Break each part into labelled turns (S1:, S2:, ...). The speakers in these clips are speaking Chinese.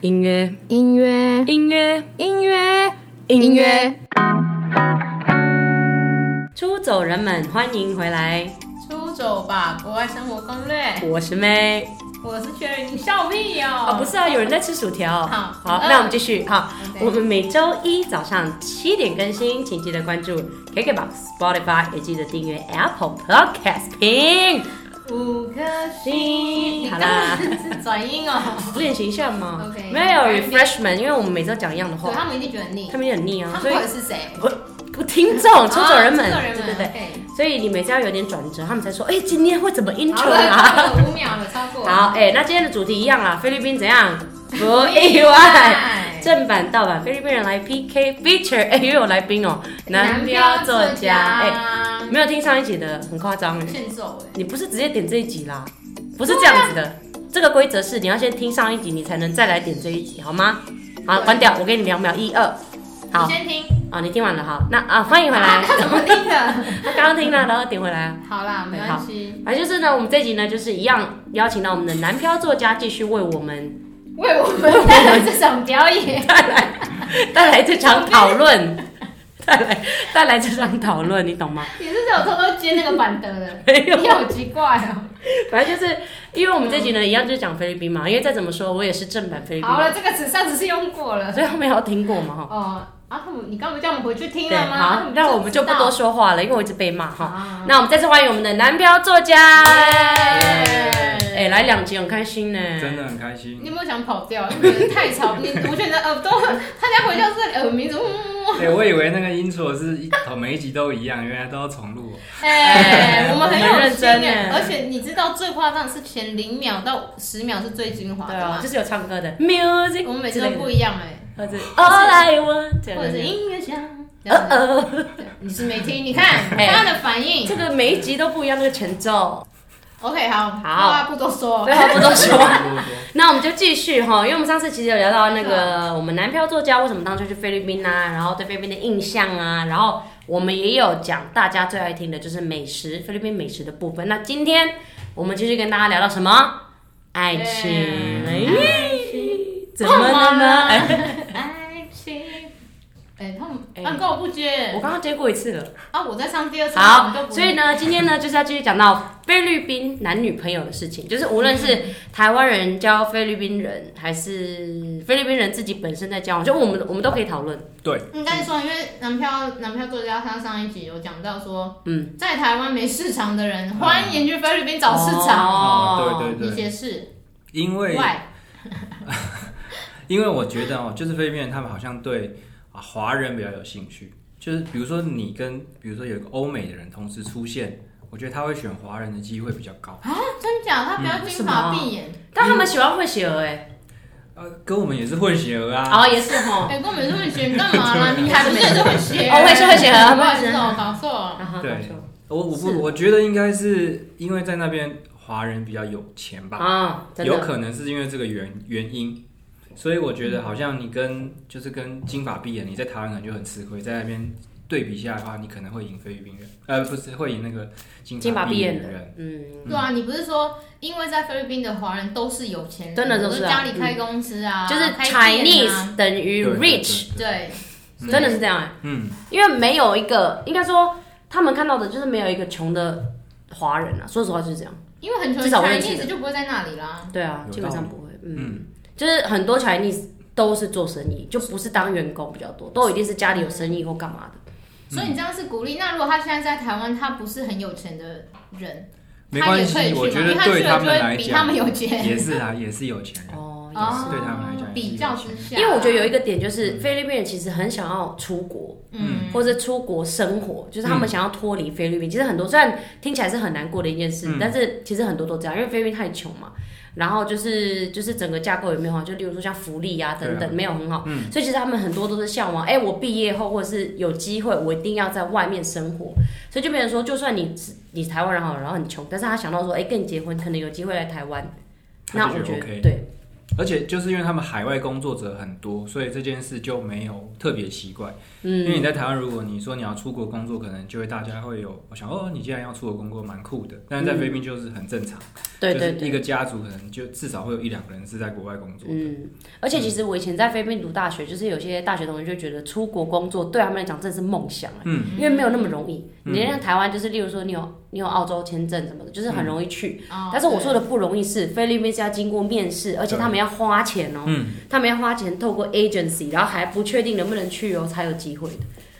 S1: 音乐，
S2: 音乐，
S1: 音乐，
S2: 音乐，
S1: 音乐。出走人们，欢迎回来，
S3: 出走吧，国外生活攻略。
S1: 我是妹。
S3: 我是觉得你笑屁哦。
S1: 哦，不是啊，有人在吃薯条。
S3: 好
S1: 好，
S3: 嗯
S1: 那我们继续。好
S3: OK
S1: 我们每周一早上七点更新，请记得关注 KKBOX、Spotify，也记得订阅 Apple Podcast 评。
S3: 五颗
S1: 星
S3: 星。
S1: 好啦
S3: 你刚刚 是转音哦。
S1: 练习一下嘛。
S3: OK
S1: 没有 refreshment，因为我们每周讲一样的
S3: 对，
S1: 话，
S3: 他们一定觉得很腻
S1: 他。们也很腻啊
S3: 他，
S1: 所
S3: 们
S1: 以
S3: 到底是谁？
S1: 不不听众哦出走人们，
S3: 啊出走人
S1: 对对
S3: 们，
S1: 对。
S3: 对。
S1: 所以你每次要有点转折，他们才说，哎，今天会怎么 intro
S3: 好了，
S1: 啊？
S3: 好了，五秒了，超过。
S1: 好，哎，那今天的主题一样啦，菲律宾怎样？不意外。正版盗版，菲律宾人来 PK feature，哎、又有来宾哦，男标作家，哎、
S3: 哎，
S1: 没有听上一集的，很夸张哎，
S3: 欠揍哎。
S1: 你不是直接点这一集啦，不是这样子的，这个规则是你要先听上一集，你才能再来点这一集，好吗？好，
S3: 对
S1: 关掉，我给你两秒，一二，好
S3: 你，先听。
S1: 哦，你听完了，好，那啊，欢迎回来
S3: 啊，他怎么听 的？
S1: 他刚刚听了，然后点回来啊。
S3: 好啦，没关系。
S1: 反正就是呢，我们这集呢，就是一样邀请到我们的男漂作家，继续为我们
S3: 为 我们带来这场表演。
S1: 带来这场讨论， 带来带来这场讨论，你懂 吗？
S3: 你是有偷偷接那个板凳的？
S1: 没 有啊
S3: 你好奇怪哦。
S1: 反正就是因为我们这集呢，一样就是讲菲律宾嘛，因为再怎么说我也是正版菲律宾
S3: 好
S1: 人，
S3: 了，这个词上次是用过了。
S1: 所以他们也要听过嘛哈。
S3: 哦，啊，他们你刚不叫我们回去听
S1: 对，
S3: 了吗？
S1: 好，那我们就不多说话了，因为我一直被骂哈。
S3: 好。
S1: 那我们再次欢迎我们的男标作家，哎，
S3: 啊哎
S1: 来两集很开心呢，
S4: 真的很开心
S3: 你。有没有想跑 掉？因为太吵，你我觉得耳朵，他家回到这里耳鸣怎么？嗯
S4: 对，我以为那个 intro 是一头每一集都一样，原来都要重录哦。
S3: 哎，我们很有
S1: 很认真
S3: 经验
S1: 耶
S3: 而且你知道最夸张的是前零秒到十秒是最精华
S1: 对
S3: 的
S1: 啊，
S3: 吗
S1: 就？是有唱歌的 music，
S3: 我们每次都不一样哎，
S1: 或者 All I Want，这样
S3: 或者是
S1: 的
S3: 音乐响，这
S1: 啊呃
S3: 样子
S1: 呃，
S3: 对你是没 听？你看
S1: 哎
S3: 他的反应
S1: 这。个每一集都不一样，那个前奏，
S3: OK，好，
S1: 好
S3: 话不 多说
S1: 废。话不多 说。
S4: 多多
S1: 那我们就继续哈，因为我们上次其实有聊到那个我们男票作家为什么当初去菲律宾啊，然后对菲律宾的印象啊，然后我们也有讲大家最爱听的就是美食，菲律宾美食的部分。那今天我们继续跟大家聊到什么？爱情，哎怎么了呢？哎，
S3: 爱情，哎，他
S1: 哎
S3: 们啊，跟我不接
S1: 我刚刚接过一次了。
S3: 啊，我在上第二次，你都
S1: 好，
S3: 不
S1: 所以呢，今天呢就是要继续讲到菲律宾男女朋友的事情，就是无论是台湾人交菲律宾人，还是菲律宾人自己本身在交往，就我们我们都可以讨论。
S4: 对，
S3: 应该说，因为男票男票作家他上一集有讲到说，
S1: 嗯，
S3: 在台湾没市场的人，欢迎去菲律宾找市场。
S4: 哦，对对
S3: 一
S4: 对，
S3: 些事
S4: 因为
S3: 外，
S4: 因为我觉得哦，就是菲律宾人他们好像对啊华人比较有兴趣，就是比如说你跟比如说有一个欧美的人同时出现，我觉得他会选华人的机会比较高。
S3: 真假他比较
S1: 嗯
S3: 金发碧眼，
S1: 但他们喜欢混血儿哎、
S4: 呃，跟我们也是混血儿啊，
S1: 哦也是哈，
S3: 哎，跟我们这么学，你干嘛 啦？你还不是也是会学？
S1: 哦我也是会学
S3: 不好意思哦，搞错了。
S1: 啊哈
S4: 对
S1: 搞错
S4: 我我
S1: 是
S4: 不我觉得应该是因为在那边华人比较有钱吧，
S1: 啊，真
S4: 有
S1: 的
S4: 可能是因为这个原原因，所以我觉得好像你跟就是跟金发碧眼，你在台湾可能就很吃亏，在那边对比下的话，你可能会赢菲律宾人，呃，不是会赢那个金
S1: 金发
S4: 发
S1: 碧眼
S4: 眼的人。
S1: 的，嗯，
S3: 对啊，你不是说因为在菲律宾的华人都是有钱人，
S1: 真的都
S3: 都
S1: 是啊嗯
S3: 家里开公司啊，
S1: 哦就是
S3: 开店啊
S1: Chinese 等于
S4: 对对
S1: rich，
S3: 对，
S4: 对
S1: 真的是这样哎、
S4: 嗯，
S1: 因为没有一个应该说他们看到的就是没有一个穷的华人啊，说实话就是这样。
S3: 因为很穷
S1: 至
S3: 的
S1: 少我认识
S3: Chinese 就不会在那里啦。
S1: 对啊，
S4: 有
S1: 基本上
S4: 道
S1: 不会，嗯，就是很多 Chinese 都是做生意，就不是当员工比较多，都一定是家里有生意或干嘛的。
S4: 嗯
S3: 所以你这样是鼓励。那如果他现在在台湾，他不是很有钱的人，
S4: 没关
S3: 他也
S4: 系，
S3: 可
S4: 我
S3: 以去
S4: 觉
S3: 嘛，因为
S4: 得
S3: 他
S4: 对
S3: 去了
S4: 他
S3: 就
S4: 们
S3: 会
S4: 来
S3: 比他
S4: 讲
S3: 们有钱。
S4: 也是啊，也是有钱人。
S1: 哦，
S3: 哦，
S4: 对他们来讲也是
S3: 比较之下，
S1: 因为我觉得有一个点
S4: 嗯
S1: 就是菲律宾人其实很想要出国，
S3: 嗯，
S1: 或者出国生活，就是他们
S4: 嗯
S1: 想要脱离菲律宾。其实很多虽然听起来是很难过的一件
S4: 嗯
S1: 事，但是其实很多都这样，因为菲律宾太穷嘛。然后就是就是整个架构也没有好，就例如说像福利啊等等、
S4: 对啊
S1: 没有很好，所以其实他们很多都是向往，哎，我毕业后或者是有机会，我一定要在外面生活。所以就变成说，就算你只你台湾人好了，然后很穷，但是他想到说，哎，跟你结婚可能有机会来台湾，
S4: 他
S1: 那
S4: 就
S1: 我
S4: 觉
S1: 觉
S4: 得
S1: 得
S4: OK
S1: 对，
S4: 而且就是因为他们海外工作者很多，所以这件事就没有特别奇怪。因为
S1: 嗯
S4: 你在台湾，如果你说你要出国工作，可能就会大家会有我想哦，你既然要出国工作，蛮酷的。但是在菲律宾就是很正常，
S1: 对
S4: 就是
S1: 对对
S4: 一。个家族可能就至少会有一两个人是在国外工作的。
S1: 嗯，而且其实我以前在菲律宾读大学，就是有些大学同学就觉得出国工作对他们来讲真的是梦想哎、
S4: 嗯
S1: 因为没有那么容易。
S4: 嗯
S1: 你像台湾就是，例如说你有你有澳洲签证什么的，就是
S4: 嗯
S1: 很容易去。
S3: 哦
S1: 但是我说的不容易是菲律宾是要经过面试，而且他们要花钱哦、
S4: 嗯，
S1: 他们要花钱透过 agency，然后还不确定能不能去哦、才有机会的。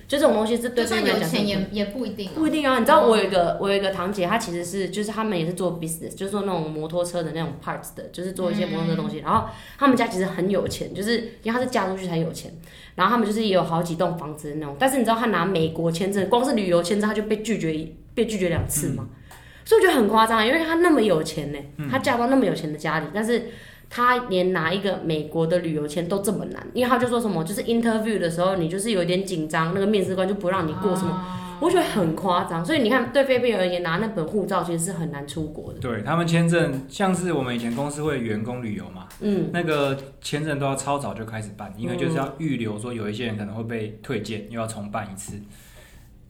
S1: 就这种东西是对
S3: 就
S1: 菲律
S3: 算
S1: 宾
S3: 有
S1: 来讲是
S3: 钱也也不一定哦，
S1: 不一定啊，你知道我有一个我有一个堂姐，她其实是就是他们也是做 business，就是做那种摩托车的那种 parts 的，就是做一些摩托车的东西。然后他们家其实很有钱，就是因为她是嫁出去才有钱。然后他们就是也有好几栋房子的那种，但是你知道她拿美国签证，光是旅游签证她就被拒绝一被拒绝两次嘛，所以我觉得很夸张，因为她那么有钱呢、她嫁到那么有钱的家里，但是。她连拿一个美国的旅游签都这么难，因为她就说什么，就是 interview 的时候你就是有点紧张，那个面试官就不让你过什么
S3: 么
S1: 我觉得很夸张，所以你看，对菲律宾而言，拿那本护照其实是很难出国的。
S4: 对他们签证，像是我们以前公司会员工旅游嘛，
S1: 嗯，
S4: 那个签证都要超早就开始办，因为就是要预留说有一些人可能会被退件，又要重办一次。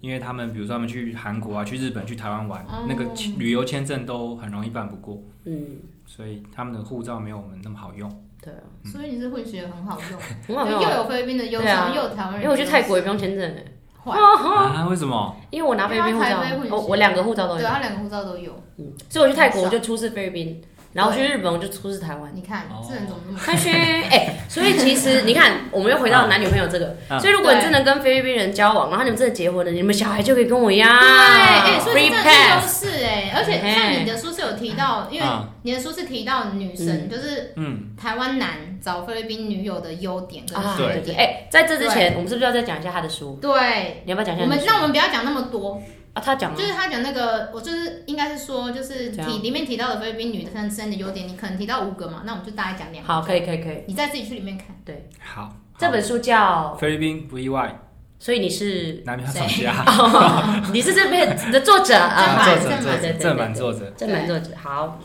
S4: 因为他们比如说他们去韩国啊、去日本、去台湾玩，
S3: 哦
S4: 那个签旅游签证都很容易办不过，
S1: 嗯，
S4: 所以他们的护照没有我们那么好用。
S1: 对啊，
S3: 所以你是会学得很好用，
S1: 很好
S3: 就
S1: 用
S3: 又
S1: 啊，
S3: 有菲律宾的优
S1: 对啊
S3: 势，又有台湾
S1: 因为
S3: 人，
S1: 我去泰国也不用签证欸
S3: 坏，
S4: 啊？为什么？
S1: 因为我拿菲律宾护
S3: 因为台北会
S1: 照，哦
S3: 有
S1: 我我两个护照都
S3: 对啊
S1: 有，
S3: 他两个护照都有，
S1: 嗯，所以我去泰国我就出示菲律宾，然后去日本我就出示台湾。
S3: 你看
S4: 哦
S3: 这人怎么那么
S1: 开轩，哎、所以其实你看，我们又回到男女朋友这个，
S4: 啊
S1: 所以如果你真的跟菲律宾人交往，然后你们真的结婚了，你们小孩就可以跟我一样，
S3: 对，哎，所以
S1: free
S3: 这真的是优
S1: pass，
S3: 势哎，而且像你的书是有提到，因为
S4: 啊
S3: 你的书是提到女生，就是
S4: 嗯，
S3: 台湾男找菲律宾女友的优点跟
S1: 啊，
S3: 缺
S1: 对对，
S3: 点。
S1: 哎、在这之前，我们是不是要再讲一下他的书？
S3: 对，
S1: 你要不要讲一下
S3: 我
S1: 你的
S3: 们
S1: 书？
S3: 那我们不要讲那么多，
S1: 啊，他讲了
S3: 就，是他讲那个，我就是应该是说，就是
S1: 这样
S3: 提里面提到的菲律宾女生生的优点，你可能提到五个嘛，那我们就大概讲两个，
S1: 好，可以可以可以，
S3: 你再自己去里面看。
S1: 对，
S4: 好。
S1: 这本书叫
S4: 好菲律宾不意外，
S1: 所以你是
S4: 男票
S3: 谁
S4: 厂 家，
S1: 哦，你是这篇的作者啊，
S3: 啊
S4: 作
S3: 正版
S4: 者作
S1: 对
S4: 者
S1: 对
S4: 正
S1: 对
S4: 版
S1: 对，
S4: 作者，
S1: 正版作者。好，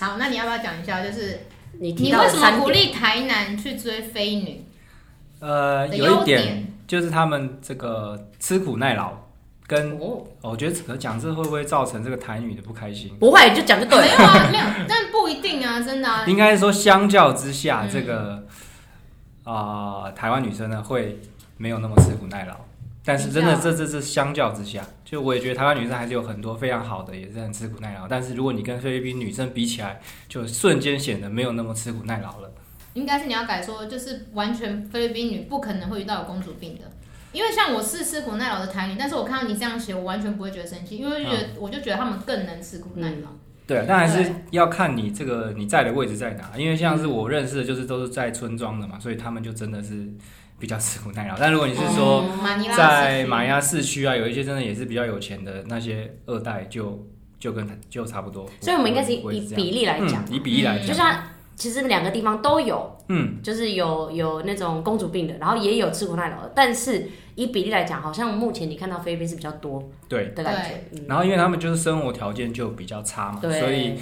S3: 好，那你要不要讲一下，就是
S1: 你提
S3: 你
S1: 到
S3: 为
S1: 了
S3: 什么
S1: 三
S3: 鼓
S1: 点，
S3: 励台南去追菲女
S4: 呃，
S3: 的
S4: 有
S3: 优
S4: 一点就是他们这个吃苦耐劳，跟
S1: 哦，
S4: 哦我觉得可能讲这会不会造成这个台女的不开心？
S1: 不会就讲就对
S3: 没
S1: 了。
S3: 有啊，没有，但不一定啊，真的啊。
S4: 应该是说相较之下，
S3: 嗯
S4: 这个啊、呃台湾女生呢会没有那么吃苦耐劳，但是真的
S3: 比较
S4: 这这这相较之下，就我也觉得台湾女生还是有很多非常好的，也是很吃苦耐劳，但是如果你跟菲律宾女生比起来，就瞬间显得没有那么吃苦耐劳了。
S3: 应该是你要改说，就是完全菲律宾女不可能会遇到有公主病的，因为像我是吃苦耐劳的台女，但是我看到你这样写，我完全不会觉得生气，因为我就觉得、我就觉得他们更能吃苦耐劳。
S4: 对啊，但还是
S3: 对
S4: 要看你这个你在的位置在哪，因为像是我认识的，就是都是在村庄的嘛，所以他们就真的是比较吃苦耐劳。但如果你是说
S3: 嗯马尼拉
S4: 在
S3: 市区
S4: 马尼拉市区啊，有一些真的也是比较有钱的那些二代就，就跟他就差不多。
S1: 所以我们应该是
S4: 我也
S1: 以
S4: 这样
S1: 比例来讲，
S4: 嗯，以比例来
S3: 嗯
S4: 讲，
S1: 就是它其实两个地方都有，
S4: 嗯，
S1: 就是有有那种公主病的，然后也有吃苦耐劳的，但是以比例来讲，好像目前你看到菲律宾是比较多
S4: 对。
S1: 的感觉。 嗯
S4: 然后因为他们就是生活条件就比较差嘛，
S1: 对，
S4: 所以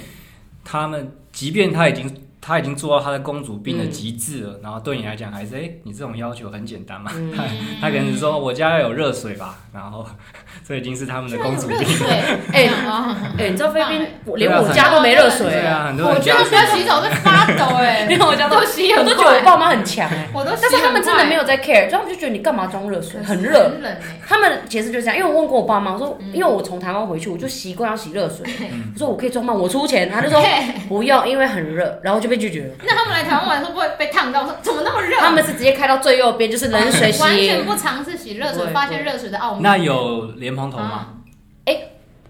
S4: 他们即便他已经他已经做到他的公主
S1: 嗯
S4: 病的极致了，然后对你来讲还是哎、诶你这种要求很简单嘛，
S1: 嗯
S4: 他可能是说我家要有热水吧，然后 这已经是他们的公主
S3: 热
S4: 病。
S3: 水，
S1: 哎
S3: 啊
S1: 哎，你知道菲律
S3: 很
S1: 宾
S3: 棒哎
S1: 我连
S4: 对啊
S1: 我家都没热水
S4: 对
S1: 啊，
S4: 啊，很多
S3: 我
S4: 人
S3: 觉
S4: 家
S3: 得不要洗手会发抖哎、
S1: 连我家都
S3: 都洗
S1: 我
S3: 很
S1: 都觉得我
S3: 快，
S1: 爸妈很强哎。
S3: 我都洗
S1: 但
S3: 很快
S1: 是他们真的没有在 care，就他们就觉得你干嘛装热水，很热。
S3: 很冷哎、
S1: 他们的解释就是这样，因为我问过我爸妈，我说
S3: 嗯
S1: 因为我从台湾回去，我就习惯要洗热水，我说我可以装吗？我出钱，他就说
S3: 嘿
S1: 不用，因为很热，然后就被拒 绝了。
S3: 那他们来台湾玩的时候不会被烫到？我说怎么那么热？
S1: 他们是直接开到最右边，就是冷水洗。
S3: 完全不尝试洗热
S1: 对
S3: 水，发现热水的奥妙。
S4: 那有莲蓬头吗？
S1: 啊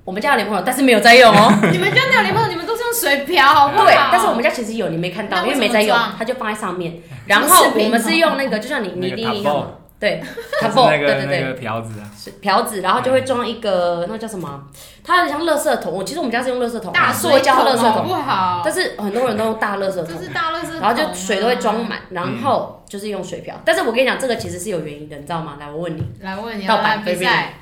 S1: 我们家有莲蓬头，但是没有在用 哦。
S3: 你们家没有柠檬，你们都是用水瓢，好不好？
S1: 对，但是我们家其实有，你没看到，
S3: 那
S1: 因
S3: 为
S1: 为没在用
S3: 什么，装
S1: 它就放在上面。然后我们是用那个，就像你
S4: 那
S1: 你
S4: 个
S1: 第一
S4: tabo
S1: 样，对，
S4: 就
S1: 它
S4: 是
S1: 爆，
S4: 那
S1: 对
S4: 个
S1: 对
S4: 那
S1: 对
S4: 个，瓢子啊，
S1: 是瓢子，然后就会装一个那叫什么？它很像垃圾桶。我其实我们家是用垃圾桶，啊
S3: 大
S1: 塑
S3: 水
S1: 胶
S3: 桶哦
S1: 垃圾
S3: 好
S1: 桶，
S3: 不好？
S1: 但是很多人都用大垃圾
S3: 这
S1: 桶
S3: 是。大垃圾桶啊，
S1: 然后就水都会装满，然后就是用水瓢。但是我跟你讲，这个其实是有原因的，你知道吗？来，我问你，
S3: 来问你
S1: 盗
S3: 要
S1: 版
S3: 来啊 比赛，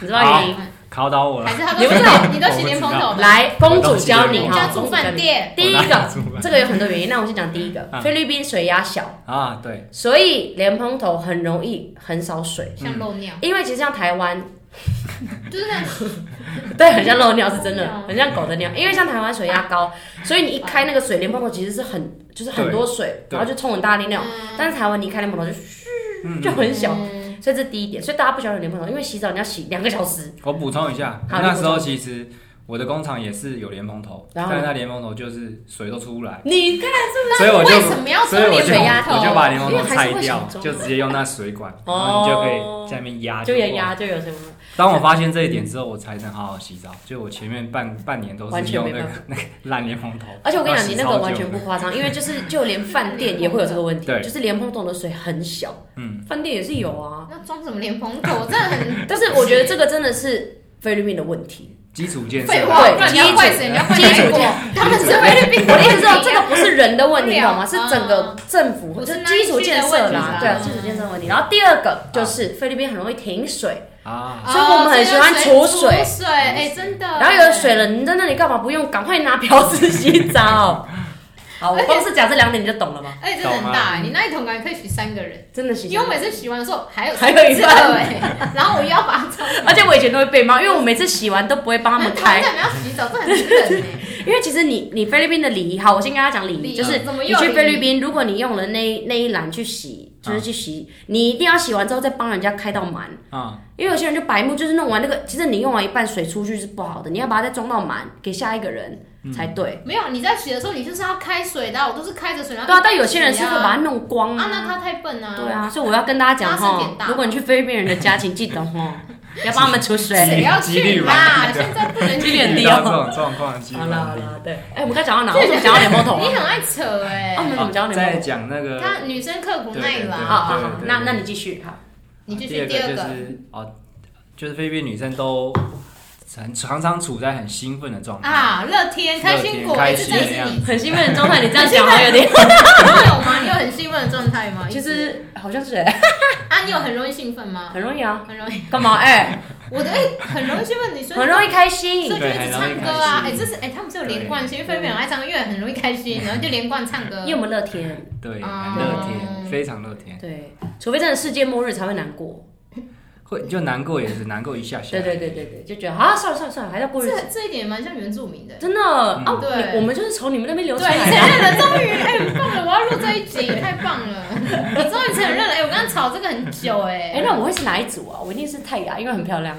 S1: 你知道原因？
S4: 考倒我了
S3: 还。是他
S1: 你
S3: 都
S1: 不知道
S3: 你都洗莲蓬头吧？
S1: 来，公主教你
S3: 人
S1: 哈
S3: 家，
S1: 公
S3: 住
S1: 主教
S3: 饭
S1: 你。嗯
S3: 店，
S1: 第一
S4: 我哪
S1: 个
S4: 有住饭，
S1: 这个有很多原因，那我先讲第一个
S4: 啊，
S1: 菲律宾水压小，
S4: 啊，对，
S1: 所以莲蓬头很容易很少水，
S3: 像漏尿，
S1: 因为其实像台湾，
S3: 就是那
S1: 对，很像漏尿是真
S3: 对
S1: 的
S3: 啊，
S1: 很像狗的尿，因为像台湾水压高，
S3: 嗯
S1: 所以你一开那个水莲蓬头其实是很就是很多水，
S4: 对
S1: 然后就冲很大力那种，
S3: 嗯
S1: 但是台湾你一开莲蓬头就
S4: 嗯，
S1: 就很小，
S3: 嗯
S1: 所以这是第一点，所以大家不喜欢有莲蓬头，因为洗澡你要洗两个小时，
S4: 我补充一下，
S1: 好你
S4: 那
S1: 补充
S4: 时候其实我的工厂也是有莲蓬头，
S1: 然后
S4: 但是它莲蓬头就是水都出不 来，
S1: 你看
S4: 所以我
S3: 为
S4: 就
S3: 什么要
S4: 所
S3: 冲
S4: 以我
S3: 脸
S4: 就
S3: 水压
S4: 我就把
S3: 头？
S4: 莲蓬
S1: 因为
S4: 头
S1: 还是
S4: 拆
S1: 会
S4: 掉，
S1: 想中
S4: 就直接用那水管，然
S1: 哦
S4: 后你就可以在那边压
S1: 就
S4: 过
S1: 有。压就有什么，
S4: 当我发现这一点之后，我才能好好洗澡。就我前面半半年都
S1: 完
S4: 是
S1: 全
S4: 用
S1: 没
S4: 那个那个烂莲蓬头，
S1: 而且我跟你讲，你那个
S4: 要洗超久
S1: 完全不夸张，因为 就是就连饭店也会有这个问题，
S4: 对
S1: 就是莲蓬头的水很小，
S4: 嗯，
S1: 饭店也是有啊，
S3: 要装什么莲蓬头？真的很
S1: 但是我觉得这个真的是菲律宾的问题。
S4: 基础建设
S3: 废话，
S1: 对
S3: 不然你要坏谁？你要坏
S1: 基
S3: 谁
S1: 础
S3: 过？他们是菲律宾
S1: 我
S3: 的
S1: 的意思是
S3: 问题
S1: 说
S3: 啊，，
S1: 这个不是人的问题，
S3: 不
S1: 你
S3: 了嗯
S1: 懂吗？是整个政府
S3: 不
S1: 就是是基础建设啦，
S4: 那一区的问题吧
S1: 对啊，基础建设问题。然后第二个就是菲律宾很容易停水，
S4: 啊，
S3: 哦
S1: 所以我们很喜欢
S3: 储
S1: 储水
S3: 水，哎，真的。
S1: 然后有水了，你在那里干嘛不用？赶快拿瓢子洗 澡。好，我光是讲这两点你就懂了吗？
S3: 而且真的很大、
S4: 啊
S3: 哎，你那一桶感觉可以洗三个人，
S1: 真的洗
S3: 因为我每次洗完的时候还有
S1: 还有一
S3: 这
S1: 半
S3: 哎， 然后我又要把它装，
S1: 而且我以前都会被骂，因为我每次洗完都不会帮他们
S3: 团
S1: 开，
S3: 长要洗澡，这很冷哎、
S1: 因为其实你你菲律宾的礼仪，好，我先跟大家讲礼
S3: 礼
S1: 仪，
S3: 仪
S1: 就是
S3: 怎么
S1: 你
S3: 又
S1: 去
S3: 礼
S1: 菲律
S3: 仪啊
S1: 宾，如果你用了那一那一栏去洗，就是去洗，你一定要洗完之后再帮人家开到满。
S4: 啊，
S1: 因为有些人就白目，就是弄完那个，其实你用完一半水出去是不好的，你要把它再装到满，给下一个人才对。
S3: 没有，你在洗的时候你就是要开水的啊、我都是开着水，然后
S1: 对啊，但有些人是
S3: 洗
S1: 会
S3: 啊
S1: 把它弄光
S3: 啊，那他太笨啊，
S1: 对，啊，所以我要跟大家讲
S3: 他是
S1: 哈
S3: 点，大
S1: 如果你去菲律宾人的家，请记得 哈，要帮他们出
S3: 谁
S1: 水。
S3: 要
S4: 几率
S3: 去
S4: 吧
S3: 啦？现在不能
S1: 几
S3: 去
S1: 率很
S4: 遇
S1: 低
S4: 到这
S1: 哦。
S4: 种状况的机
S1: 好
S4: 会。
S1: 了好了，对，哎，我们刚讲到哪？我怎么讲到脸包头
S3: 你
S1: 啊？
S3: 很爱扯哎、
S1: 啊，我们怎么讲到脸
S4: 再
S1: 包头？
S4: 讲那个
S3: 他女生刻苦耐劳，
S1: 好好
S4: 对
S1: 好
S4: 对，对
S1: 那那你继续哈。
S3: 你继
S4: 第
S3: 续
S4: 二
S3: 第二
S4: 个就
S3: 个，
S4: 是哦，就是菲律宾女生都很常常处在很兴奋的状态，
S3: 啊，乐天开
S4: 乐
S3: 心
S4: 天
S3: 果，
S4: 开
S3: 哎
S4: 心
S3: 这
S4: 哎
S3: 真
S4: 怎
S3: 的
S4: 样
S3: 是你，
S1: 很兴奋的状态，你这样讲好像有点……
S3: 你有吗？你有很兴奋的状态吗？
S1: 其实好像是哎，
S3: 啊，你有很容易兴奋吗？
S1: 很容易 啊。
S3: 很容易，
S1: 干嘛？哎，
S3: 我的哎、很容易兴奋，你说
S1: 很容易开
S3: 所以
S1: 心
S3: 就一，
S4: 对
S3: 直
S4: 很容易
S3: 唱歌啊，
S4: 开
S3: 哎、
S4: 心
S3: 这是哎、他们是有连贯性，因为菲律宾人爱唱歌，因为很容易开 心，然后就连贯唱歌
S1: 因为。我们乐天。
S4: 对，
S3: 啊
S4: 很乐天，非常乐天，
S1: 对，除非真的世界末日才会难过。
S4: 会就难过也是难过一下下，
S1: 对对对对对，就觉得啊，算了算了算了，还是要过日子。
S3: 这这一点蛮像原住民的。
S1: 真的啊，
S4: 嗯
S1: 你
S3: 对
S1: 我们就是从你们那边流
S3: 对，
S1: 出来
S3: 你
S1: 的。
S3: 承认了，终于哎，很棒了，我要录这一集，太棒 了！你终于承认了，哎，我刚刚吵这个很久，
S1: 哎，
S3: 哎，
S1: 那我会是哪一组啊？我一定是泰雅，因为很漂 亮。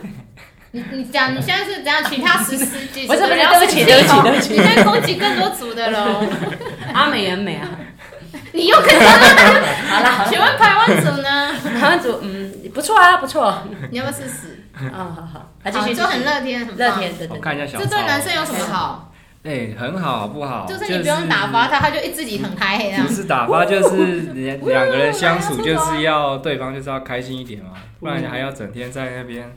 S3: 你你讲你现在是怎样？其他十司 机？
S1: 不是不是
S3: 要
S1: 对不起对不起对不起
S3: 你现在攻击更多组 的喽，
S1: 阿美很美啊。
S3: 你又跟上了。
S1: 好啦好
S3: 请问台湾组呢？
S1: 啦，台湾组嗯不错啊不错。啊
S3: 你要不要试试？
S1: 好好，那继
S3: 好
S1: 续
S3: 哦就很乐天，很
S1: 乐。
S3: 棒
S1: 天对
S4: 我
S1: 对对。
S4: 哦看一下小
S3: 这对
S4: 抄
S3: 男生有什么好？
S4: 哎，很好，好不好？
S3: 就是你不用打发他，他就一自己很嗨这样
S4: 不。是打 发，就是两两个人相处，
S3: 来啊
S4: 就是要对方就是要开心一点嘛，
S3: 嗯
S4: 不然还要整天在那边。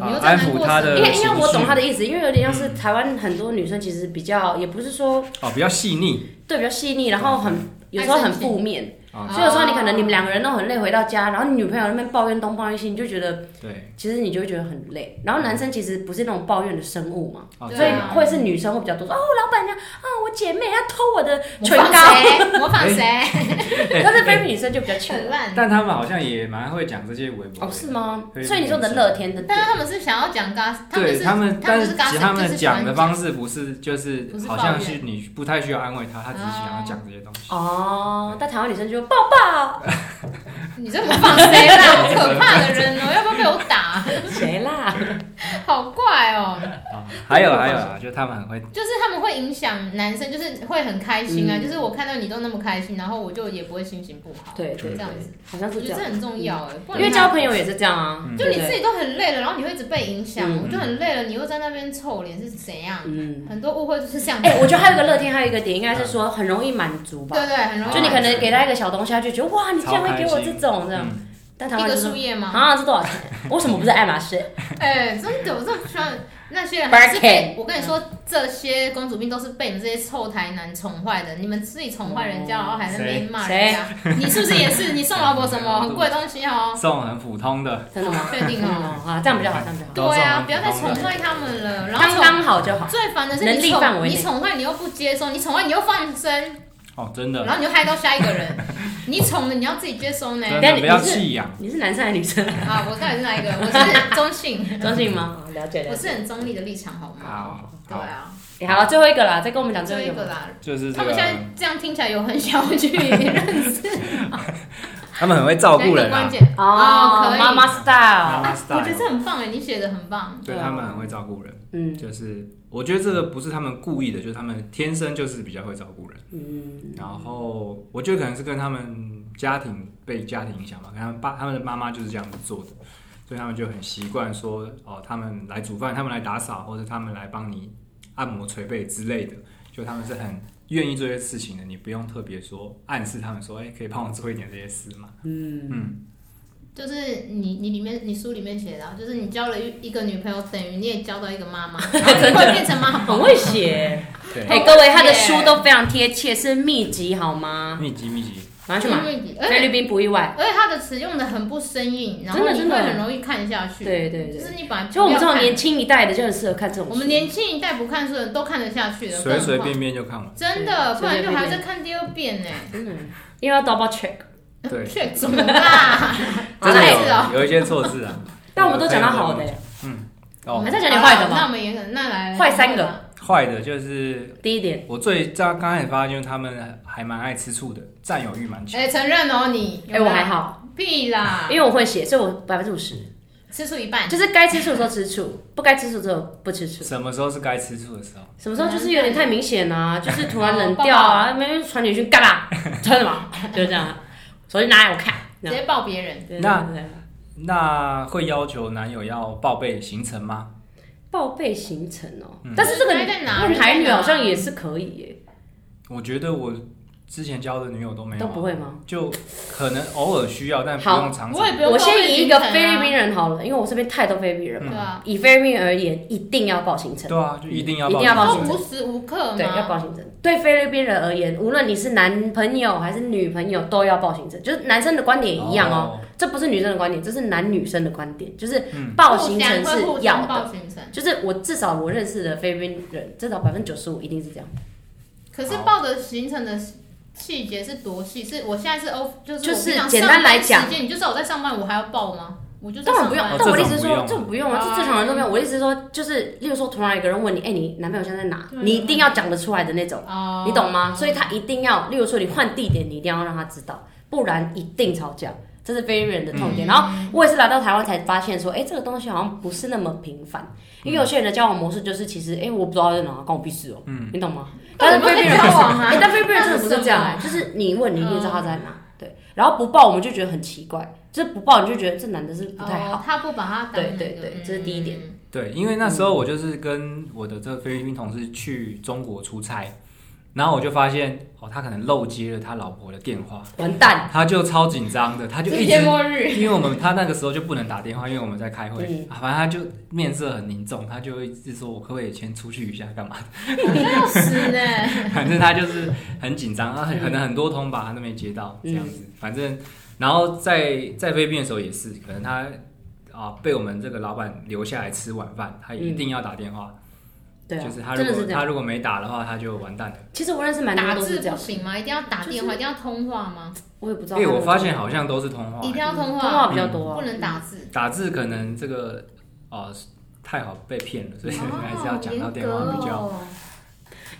S3: 我又在
S4: 啊安
S3: 难
S4: 抚
S3: 过
S4: 他的
S1: 因
S3: 什么
S1: 为因为我懂他的意思，因为有点像是台湾很多女生其实比较也不是说
S4: 哦，比较细腻
S1: 对比较细腻，然后很有时候很负
S3: 嗯
S1: 面，
S3: 哦
S4: 啊，
S1: 所以有时候你可能你们两个人都很累回到家，然后你女朋友那边抱怨东抱怨西，你就觉得
S4: 对，
S1: 其实你就会觉得很累。然后男生其实不是那种抱怨的生物嘛，
S4: 哦
S3: 对啊
S1: 所以
S4: 这样
S1: 会是女生会比较多说哦，老板娘啊，我姐妹她偷我的唇
S3: 模 仿
S1: 膏，
S3: 谁？哎 模仿
S1: 哎
S3: 谁？
S1: 但是菲律宾女生就比较穷
S3: 很烂。
S4: 但他们好像也蛮会讲这些微博
S1: 哦，
S4: 的，
S1: 是吗？
S4: 菲律宾
S1: 所以你说的乐天的
S3: 但是
S1: 点，
S3: 他们是想要讲 gas，他们
S4: 对
S3: 是
S4: 他们，
S3: 他
S4: 但
S3: 们
S4: 是
S3: 是
S4: 其实
S3: gas，
S4: 他
S3: 就
S4: 们
S3: 是
S4: 讲的
S3: 喜欢
S4: 方式不是，就是
S3: 不是
S4: 好
S3: 抱
S4: 像
S3: 怨
S4: 是你不太需要安慰他，他只是想要
S3: 哦
S4: 讲这些东西。
S1: 哦，但台湾女生就抱抱
S3: 你这模仿谁 啦？好可怕的人哦，要不要被我打？
S1: 谁啦？
S3: 好怪哦！
S4: 啊还有还有啊，就是他们很会
S3: 就是他们会影响男生，就是会很开心
S4: 嗯
S3: 啊。就是我看到你都那么开心，然后我就也不会心情不好。
S1: 对
S3: 就
S1: 对
S3: 这
S1: 对
S3: 样子，，
S1: 好像
S3: 我
S1: 是
S3: 觉
S1: 这
S3: 得
S1: 样
S3: 这。很重要哎，不
S1: 因
S3: 然
S1: 为
S3: 他
S1: 交朋友也是这样啊，
S4: 嗯
S3: 就
S1: 对
S3: 你
S1: 不对
S3: 自己都很累了，然后你会一直被影响，
S1: 嗯
S3: 我就很累了，你又在那边臭脸是怎样？
S1: 嗯，
S3: 很多误会就是这样。
S1: 哎，我觉得还有一个乐天，还有一个点应该是说很容易满足吧
S3: 嗯对。对，很容易。
S1: 就你可能给他一个小东西，他就觉得哇，你竟然会给
S4: 超
S1: 我
S4: 开
S1: 这
S4: 心
S1: 种
S3: 啊
S1: 这样。
S4: 嗯
S1: 但台
S3: 一
S1: 湾就
S3: 个
S1: 是
S3: 树叶吗？
S1: 啊，这多少钱？为什么不是爱马仕？
S3: 哎、真的，我真的不喜欢。那些人还是
S1: Barcade
S3: 被我跟你说，这些公主病都是被你们这些臭台男宠坏的。你们自己宠坏人家，
S4: 哦
S3: 然后还在那边骂人家，你是不是也是？你送老婆什么很贵的东西哦？
S4: 这种很普通的，
S1: 真的吗？
S3: 确 定哦？
S1: 啊，这样比较好，这样比较好，
S4: 都是
S3: 对啊
S4: 很，
S3: 不要再宠坏他们了。然
S1: 刚
S3: 后宠
S1: 刚好就好。
S3: 最烦的是
S1: 能
S3: 你
S1: 力范围内
S3: 宠你宠坏你又不接受，你宠坏你又放生，
S4: 哦，真的
S3: 然，后你又害到下一个人。你宠了你要自己接收呢？
S4: 真
S1: 但
S4: 的
S1: 你
S4: 不要
S1: 是
S4: 弃养。
S1: 你是男生还是女 生？
S3: 啊，我到底是哪一个？我是中性，
S1: 中性 吗？哦了解了
S3: 我
S1: 解。
S3: 是很中立的立场，好吗？
S4: 好，
S3: 对
S4: 好，
S3: 啊，
S1: 哎好，最后一个啦，再跟我们讲最
S3: 这
S1: 后
S3: 一
S1: 一个
S3: 个
S1: 吧。
S3: 啦。
S4: 就是
S3: 他
S4: 这
S3: 们
S4: 个
S3: 现，在这样听起来有很想要去 认识，
S4: 他们很会照顾人
S3: 关
S4: 啊，
S3: 键哦可以
S1: 妈妈 style，
S4: 妈
S3: 啊，我
S4: style
S3: 觉得这很棒哎，你写的很棒，
S4: 对他们很会照顾人，
S1: 嗯
S4: 就是我觉得这个不是他们故意的，就是他们天生就是比较会照顾人。
S1: 嗯，
S4: 然后我觉得可能是跟他们家庭被家庭影响吧，跟他们爸他们的妈妈就是这样子做的，所以他们就很习惯说哦，他们来煮饭，他们来打扫，或者他们来帮你按摩捶背之类的，就他们是很愿意做这些事情的，你不用特别说暗示他们说，哎，可以帮我做一点这些事 嘛。
S3: 就是你你里面你书里面写的啊，就是你交了一一个女朋友，等于你也交到一个 妈妈，然后你会变成妈
S1: 很
S3: 宝。
S1: 会写。
S4: 对，
S1: 哎，各位，他的书都非常贴切，是秘籍好吗？
S4: 密集密集，
S1: 马上去买，
S3: 因为而
S1: 菲律
S3: 且
S1: 宾不意外。
S3: 而且他的词用的很不生硬，然后
S1: 真的
S3: 你
S1: 真的
S3: 会很容易看下去。
S1: 对对对
S3: 就是你本来
S1: 就我们这种年
S3: 轻，
S1: 轻一代的就很适合看这种书。
S3: 我们年轻一代不看书的人都看得下去的，
S4: 随
S3: 更何
S4: 随
S3: 况
S4: 便便就看完。
S3: 真的，
S1: 对
S3: 不然就还
S1: 随随便便
S3: 要再看第二遍呢。欸
S1: 真的，因为要 double check。
S4: 对，
S3: 却怎 么啦？
S4: 真
S1: 哎
S3: 是哦
S4: 的有有一些错字啊。
S1: 但我们都讲到好的，我
S4: 哦
S1: 们，再讲点坏的
S3: 好那
S1: 吧。
S3: 我们也可那来
S1: 坏三个。
S4: 坏的就是
S1: 第一点，
S4: 我最刚刚开始发现，就是他们还蛮爱吃醋的，占有欲蛮强。
S3: 哎、承认哦，你
S1: 哎，我还，好，
S3: 有没有屁啦，
S1: 因为我会写，所以我百分之五十，
S3: 吃出一半，
S1: 就是该吃醋的时候吃醋，不该吃醋的时候不吃醋。
S4: 什么时候是该吃醋的时候？
S1: 什么时候就是有点太明显啊，
S3: 嗯
S1: 就是突然冷掉 啊，没人传简讯干嘛？穿什么？就是这样，手机拿来我看。这
S3: 直
S1: 样
S3: 接抱别人。
S1: 对
S4: 那
S1: 对对对
S4: 那会要求男友要报备行程吗？
S1: 报备行程哦，但是这个
S3: 该在哪
S1: 问台女好像
S3: 在哪
S1: 也是可以耶，
S4: 我觉得我之前交的女友都没有、啊
S1: 都不会，吗？
S4: 就可能偶尔需要，但不
S1: 好
S4: 用常
S3: 我也
S4: 常。
S3: 不用
S1: 我
S3: 抱
S1: 先
S3: 怨
S1: 以
S3: 行
S1: 一个
S3: 程啊
S1: 菲律宾人好了，因为我身边太多菲律宾人
S3: 对
S1: 了。
S3: 啊，
S1: 以菲律宾而言，一定要报行程。
S4: 对啊，就一定要
S1: 一
S4: 报
S1: 定要
S4: 备
S1: 报
S3: 都
S4: 行
S1: 行
S4: 程。
S3: 无时无刻
S1: 对，要
S3: 吗？
S1: 报行程。对菲律宾人而言，无论你是男朋友还是女朋友，都要报行程。就是男生的观点也一样哦，这不是女生的观点，这是男女生的观点，就是报行程是
S3: 互
S1: 要
S3: 相
S1: 的。
S3: 报行程，
S1: 就是我至少我认识的菲律宾人，至少百分之九十五一定是这样，
S3: 可是报的行程的细节是多细？是我现在是欧，就是
S1: 就
S3: 我
S1: 是
S3: 平常
S1: 简单来
S3: 上班
S1: 讲
S3: 时间，你就知道我在上班，我还要报吗？我就是
S1: 当然不用。
S3: 上
S1: 但
S3: 班
S1: 我的意思是说，
S4: 哦
S1: 这
S4: 这
S1: 种
S4: 种
S1: 不用啊，这正常人都没有。我的意思是说，就是例如说，突然有个人问你，哎，你男朋友现在在哪？
S3: 对啊
S1: 你一定要讲得出来的那种。
S3: 哦，
S1: 你懂吗？所以他一定要，例如说你换地点，你一定要让他知道，不然一定吵架。这是菲律宾人的痛
S4: 嗯
S1: 点。然后我也是来到台湾才发现说，哎、这个东西好像不是那么频繁，因为有些人的交往模式就是其实，哎、我不知道在哪，关我屁事哦、
S4: 嗯
S1: 你懂吗？但
S3: 那
S1: 是
S3: 我们
S1: 菲律宾
S3: 可以
S1: 人不
S3: 交
S1: 是，
S3: 往啊哦
S1: 哎、但菲律宾人真的不
S3: 那
S1: 是
S3: 是
S1: 这样啊哎
S3: 什，
S1: 就是你问你一定知道他在哪，对。然后不报我们就觉得很奇怪，就是不报你就觉得这男的是不太好，
S3: 哦，他不把他当
S1: 对
S3: 那
S1: 对
S3: 个
S1: 对
S3: 嗯
S1: 这是第一点
S4: 对，因为那时候我就是跟我的这个菲律宾同事去中国出差，然后我就发现哦，他可能漏接了他老婆的电话，
S1: 完蛋。
S4: 他就超紧张的，他就
S3: 世
S4: 一
S3: 界
S4: 直
S3: 末日。
S4: 因为我们他那个时候就不能打电话，因为我们在开会、
S1: 嗯
S4: 啊，反正他就面色很凝重，他就会一直说我可不可以先出去一下干嘛？
S3: 笑死呢！
S4: 反正他就是很紧张啊，
S1: 嗯
S4: 可能很多通吧，他都没接到这样子。反正然后在在菲律宾的时候也是，可能他啊被我们这个老板留下来吃晚饭，他一定要打电话，
S1: 对啊
S4: 就是他，如
S1: 真的
S4: 果
S1: 是这样
S4: 他。如果没打的话，他就完蛋了。
S1: 其实我认识蛮多
S3: 打
S1: 都是
S3: 字
S1: 这样
S3: 不，行吗？一定要打电话，一定要通话吗？
S1: 我也不知道
S4: 因
S1: 他嗯
S4: 为
S1: 们怎么。
S4: 哎我发现好嗯像都是哦通话
S3: 一，定要通
S1: 通
S3: 话，
S1: 话比较多啊，
S3: 不能打字。
S4: 打字可能这个哦、太好被骗了，所
S1: 哦
S4: 以还是要讲到电话比较。
S3: 哦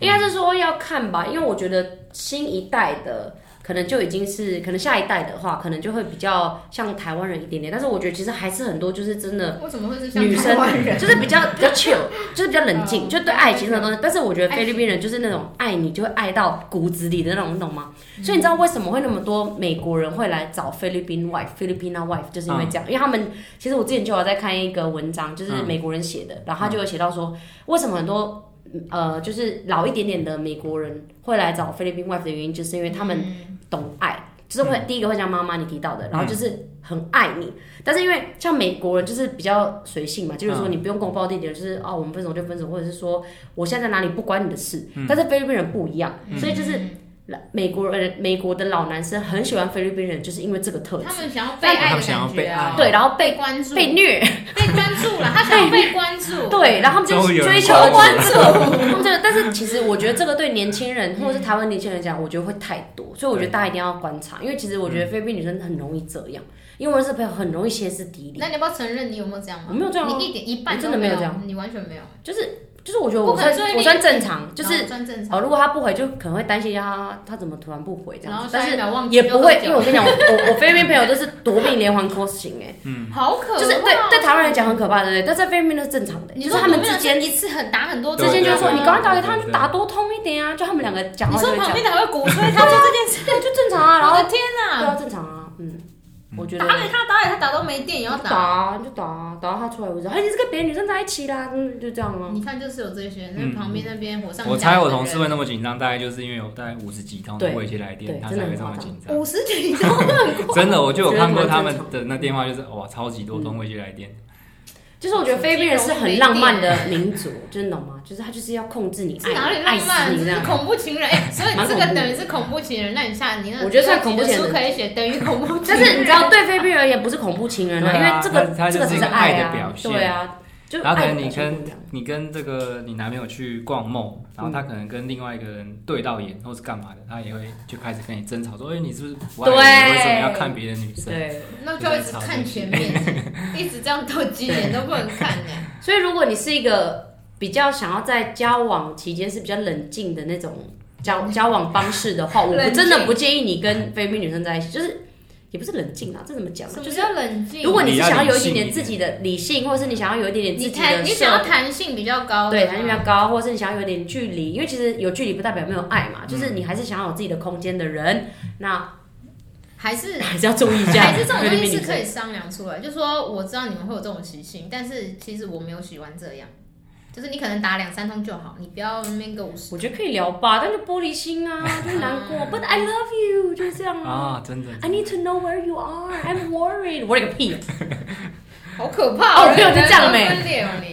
S1: 应该是说要看吧，因为我觉得新一代的可能就已经是，可能下一代的话，可能就会比较像台湾人一点点。但是我觉得其实还是很多，就是真的
S3: 为什么会是像
S1: 女生
S3: 台湾人？
S1: 就是比较比较 chill，就是比较冷静，
S3: 嗯
S1: 就对爱情这种东西。但是我觉得菲律宾人就是那种爱你就会爱到骨子里的那种，你懂吗？
S3: 嗯
S1: 所以你知道为什么会那么多美国人会来找菲律宾 wife、菲律宾 a wife，就是因为这样，
S3: 嗯
S1: 因为他们其实我之前就有在看一个文章，就是
S4: 嗯
S1: 美国人写的，然后他就有写到说，为什么很多呃就是老一点点的美国人会来找菲律宾 wife 的原因，就是因为他们
S3: 嗯
S1: 懂爱。就是会、第一个会像妈妈你提到的，然后就是很爱你，但是因为像美国人就是比较随性嘛，就是说你不用跟我报地点，就是哦我们分手就分手，或者是说我现在在哪里不关你的事。但是菲律宾人不一样，所以就是呃美国人美国的老男生很喜欢菲律宾人，就是因为这个特质
S3: 他，们想要被爱
S4: 他
S3: 的
S4: 们想要
S3: 感觉啊，
S4: 被爱
S1: 对，然后
S3: 被
S1: 被
S3: 关注，
S1: 被虐，
S3: 被关 注了，他想要被关注，
S1: 对，然后他们
S4: 终于
S1: 就
S4: 有人
S1: 追求
S4: 关注
S1: 关注， 他们真的。但是其实我觉得这个对年轻人或者是台湾年轻人讲，我觉得会太多，所以我觉得大家一定要观察，因为其实我
S4: 嗯
S1: 觉得菲律宾女生很容易这样，因为我认识朋友很容易歇斯底里
S3: 那，你要不要承认你有没有这样吗？
S1: 我没有这样啊
S3: 你一点一半
S1: 我
S3: 都
S1: 真的
S3: 没
S1: 没有这样，
S3: 你完全没有，
S1: 就是就是我觉得我
S3: 不可
S1: 算
S3: 能所以你
S1: 我算正常，就是
S3: 然后算正常，
S1: 哦，如果他不回，就可能会担心一下他他怎么突然不回这
S3: 然
S1: 样
S3: 后
S1: 子，但
S3: 下一
S1: 是
S3: 秒忘记
S1: 也不会，因为
S3: 又喝
S1: 我跟你讲，我我我菲律宾朋友都是夺命连环 cos 型哎，
S4: 嗯
S3: 酒好可怕，哦
S1: 就是对对台湾人讲很可怕，对不对？但在菲律宾都是正常的，欸
S3: 你
S1: 就
S3: 说
S1: 是他们之
S3: 有
S1: 间
S3: 没有人一次很打很多
S4: 对
S1: 之
S3: 针，
S1: 间就说
S4: 对
S1: 你
S4: 对
S1: 赶快打给他，
S4: 对
S1: 你打多通一点啊！就他们两个讲
S3: 你
S1: 话就
S3: 说
S1: 会
S3: 旁
S1: 讲，
S3: 边的还会鼓吹他做这件事，
S1: 对，就正常啊。然
S3: 我
S1: 后
S3: 的天
S1: 对
S3: 哪
S1: 啊，！正常啊，嗯，我觉得
S3: 打给他，打给他，打到没电也要
S1: 就
S3: 打。
S1: 啊，你就打啊，打到他出来为止。哎，你是跟别的女生在一起啦，嗯，就这样啊。
S3: 你看，就是有这些，那
S4: 嗯
S3: 旁边那边火上加油的人。
S4: 我猜我同事会那么紧张，大概就是因为有大概五十几通的
S1: 对
S4: 未接来
S1: 对
S4: 电，他
S1: 真的很
S4: 才会这么
S1: 夸张
S4: 紧 张。
S3: 五十几都很
S4: 真的，我就有看过
S1: 觉得
S4: 他
S1: 蛮
S4: 们
S1: 正常嗯
S4: 的那电话，就是哇，超级多通未接来电。
S1: 就是我觉得菲律宾人是很浪漫的民族，就是你懂吗？就是他就是要控制你，
S3: 是哪
S1: 爱
S3: 里
S1: 你
S3: 浪
S1: 爱死
S3: 漫？
S1: 你这
S3: 这是
S1: 样。
S3: 恐怖情人，哎，所以你
S1: 蛮
S3: 这
S1: 恐怖
S3: 个等于是恐怖情人。那你下你那，
S1: 我觉得算恐怖情人
S3: 书可以写等于恐怖情
S1: 但
S3: 人。
S1: 是你知道，对菲律宾人也不是恐怖情人啊，
S4: 对
S1: 因
S4: 啊
S1: 为这个
S4: 他他
S1: 这
S4: 就
S1: 个
S4: 是
S1: 只
S4: 一个
S1: 爱
S4: 爱
S1: 啊
S4: 的表现
S1: 对啊，就是
S4: 然后可
S1: 爱的
S4: 能
S1: 表
S4: 你
S1: 现不
S4: 跟
S1: 一样。
S4: 你跟这个你男朋友去逛梦，
S1: 嗯
S4: 然后他可能跟另外一个人对到眼或是干嘛的，他也会就开始跟你争吵说，哎，你是不是不爱我？
S1: 对
S4: 你为什么要看别的女生？
S1: 对，
S3: 那就一直看前面，一直这样到几点都不能看哎呢。
S1: 所以如果你是一个比较想要在交往期间是比较冷静的那种交
S3: 嗯
S1: 交往方式的 话，我
S3: 冷
S1: 不
S3: 静
S1: 真的不建议你跟菲律宾女生在一起，就是也不是冷静啊，这怎么讲呢？
S3: 什
S1: 就
S3: 么
S1: 是
S3: 叫冷静？
S1: 如果你是想要有一点点
S4: 你要理性一点
S1: 自己的理性，或者是你想要有一点点自
S3: 你
S1: 己
S3: 弹，
S1: 的
S3: 你
S1: 社
S3: 想要弹性比较高的
S1: 对
S3: 嘛，
S1: 弹性比较高，或者是你想要有点距离，因为其实有距离不代表没有爱
S3: 嗯
S1: 嘛，就是你还是想要有自己的空间的人，那
S3: 还是
S1: 还是要注意一下
S3: 还是这种
S1: 菲律
S3: 东
S1: 宾
S3: 西
S1: 女
S3: 是
S1: 生
S3: 可以商量出来，就说我知道你们会有这种习性，但是其实我没有喜欢这样，就是你可能打两三通就好，你不要那边个五十。
S1: 我觉得可以聊吧，但就玻璃心啊，就是难 过。But I love you，就是这样啊。
S4: 啊，真的。
S1: I need to know where you are. I'm worried. 我勒个屁！
S3: 好可怕
S1: 哦没有就这样没
S3: 分裂哦你。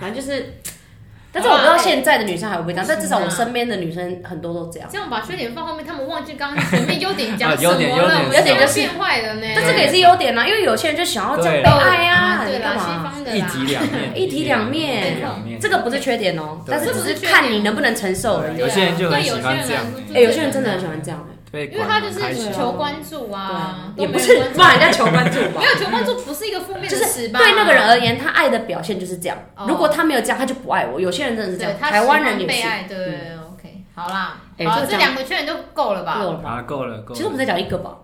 S1: 反正就是，啊但是我不知道现在的女生还会不会这样，但至少我身边的女生很多都这样。
S3: 这样把缺点放后面，他们忘记刚刚前面优点讲
S4: 啊
S3: 什么
S4: 优点优
S3: 了，
S4: 点
S3: 我现
S1: 优点就
S3: 在
S1: 是
S3: 变坏了呢。
S1: 但这个也是优点啊啦，因为有些人就想要这样被爱啊，
S3: 对
S1: 你
S3: 啦，
S1: 干
S3: 西
S1: 嘛？
S3: 方的
S4: 一
S3: 啦，
S4: 体两面，
S1: 一体两面
S4: 一体两面。
S1: 这个不是缺点哦，
S4: 对
S1: 但是只是看你能不能承受而已。
S4: 有些人就很
S3: 对有
S4: 喜欢
S3: 些人
S4: 这样
S3: 来说，就
S1: 哎，有些人真的很喜欢这样，
S4: 被
S3: 因为他就
S4: 管很开
S3: 是
S4: 心
S3: 求关注
S1: 对啊
S3: 啊，，
S1: 也
S3: 都
S1: 不
S3: 没有
S1: 是
S3: 关注
S1: 骂人家求关注吧
S3: 没。有求关注不是一个负面
S1: 就
S3: 的
S1: 是
S3: 词吧？
S1: 对那个人而言，他爱的表现就是这样
S3: 哦。
S1: 如果他没有这样，他就不爱我。有些人真的是这
S3: 对
S1: 样，，
S3: 他
S1: 台湾人
S3: 喜
S1: 也
S3: 欢被
S1: 是。嗯
S3: 爱，对对对，OK，好啦，
S1: 哎
S3: 好
S1: 这
S3: 了，
S1: 个
S3: 这
S1: 讲
S3: 两个缺点就够了吧？
S1: 够了吧？
S4: 啊，够了
S1: 嗯
S4: 够了。
S1: 其实我们再讲一个吧。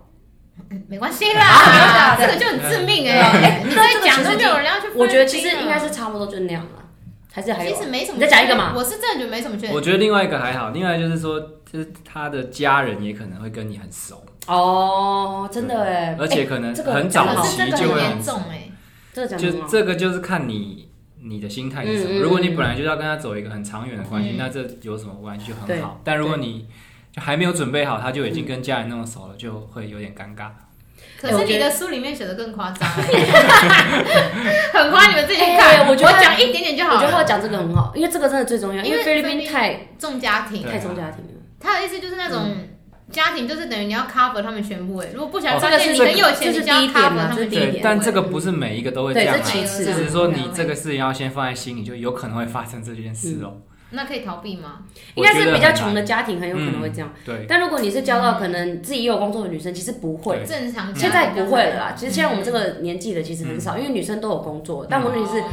S3: 没关系 啦，这个就很致命哎、
S1: 对
S3: 哎你在讲都没有人要去分析啊。
S1: 嗯我觉得其实应该是差不多就那样了，还是还有
S3: 其实没什么。
S1: 你再讲一个嘛
S3: 我是真的觉得没什么缺点
S4: 我。觉得另外一个还好，另外就是说，就是他的家人也可能会跟你很熟，
S1: 哦，真的哎，
S4: 而且可能
S1: 哎这个
S4: 很
S1: 讲得
S4: 早
S1: 好
S3: 可
S4: 期
S3: 是这个
S4: 就
S3: 很
S4: 会很
S3: 严
S4: 熟
S3: 重。哎、
S1: 这个讲得
S4: 就
S1: 很好，
S4: 这个就是看你你的心态是什
S1: 哦嗯嗯嗯
S4: 么。如果你本来就要跟他走一个很长远的关系，
S3: 嗯
S4: 那这有什么关系就
S1: 对
S4: 很好。但如果你就还没有准备好，他就已经跟家人弄熟了，就会有点尴尬。
S1: 嗯
S3: 可是你的书里面写的更夸 张、哎很夸你们自己去看。
S1: 哎我觉得
S3: 讲一点点就
S1: 我
S3: 好
S1: 觉得
S3: 了。
S1: 他讲这个很好，因为这个真的最重要，
S3: 因为
S1: 因为菲律
S3: 菲律
S1: 宾
S3: 宾
S1: 太
S3: 重家庭，
S4: 对啊
S1: 太重家庭了，
S3: 他的意思就是那种。
S1: 嗯
S3: 家庭就是等于你要 cover 他们全部哎、如果不想
S4: 哦
S3: 发现你
S1: 这个是
S3: 很有钱，
S1: 这
S3: 你
S1: 是
S3: 就要
S1: 第一点
S3: cover
S1: 嘛这
S3: 他
S1: 是
S3: 们
S1: 第一
S3: 全
S1: 点
S3: 部
S4: 对，但这个不是每一个都会这
S1: 对，
S4: 样
S1: 这
S4: 啊。
S1: 其次
S4: 只
S3: 这
S4: 是说
S3: 对
S4: 你
S3: 对
S4: 这个事情要先放在心里，就有可能会发生这件事哦。
S3: 啊那可以逃避吗？
S1: 嗯应该
S4: 我觉
S1: 是
S4: 得
S1: 比较
S4: 很
S1: 穷
S4: 难啊嗯
S1: 的家庭很有可能会这样，
S4: 对，
S1: 但如果你是交
S3: 嗯
S1: 到可能自己也有工作的女生，其实不会。
S4: 对
S3: 正常家庭
S1: 现在不会了啦，
S3: 就
S1: 其实现在我们这个年纪的其实很少，因为女生都有工作。但
S4: 嗯
S1: 问题是，
S3: 哦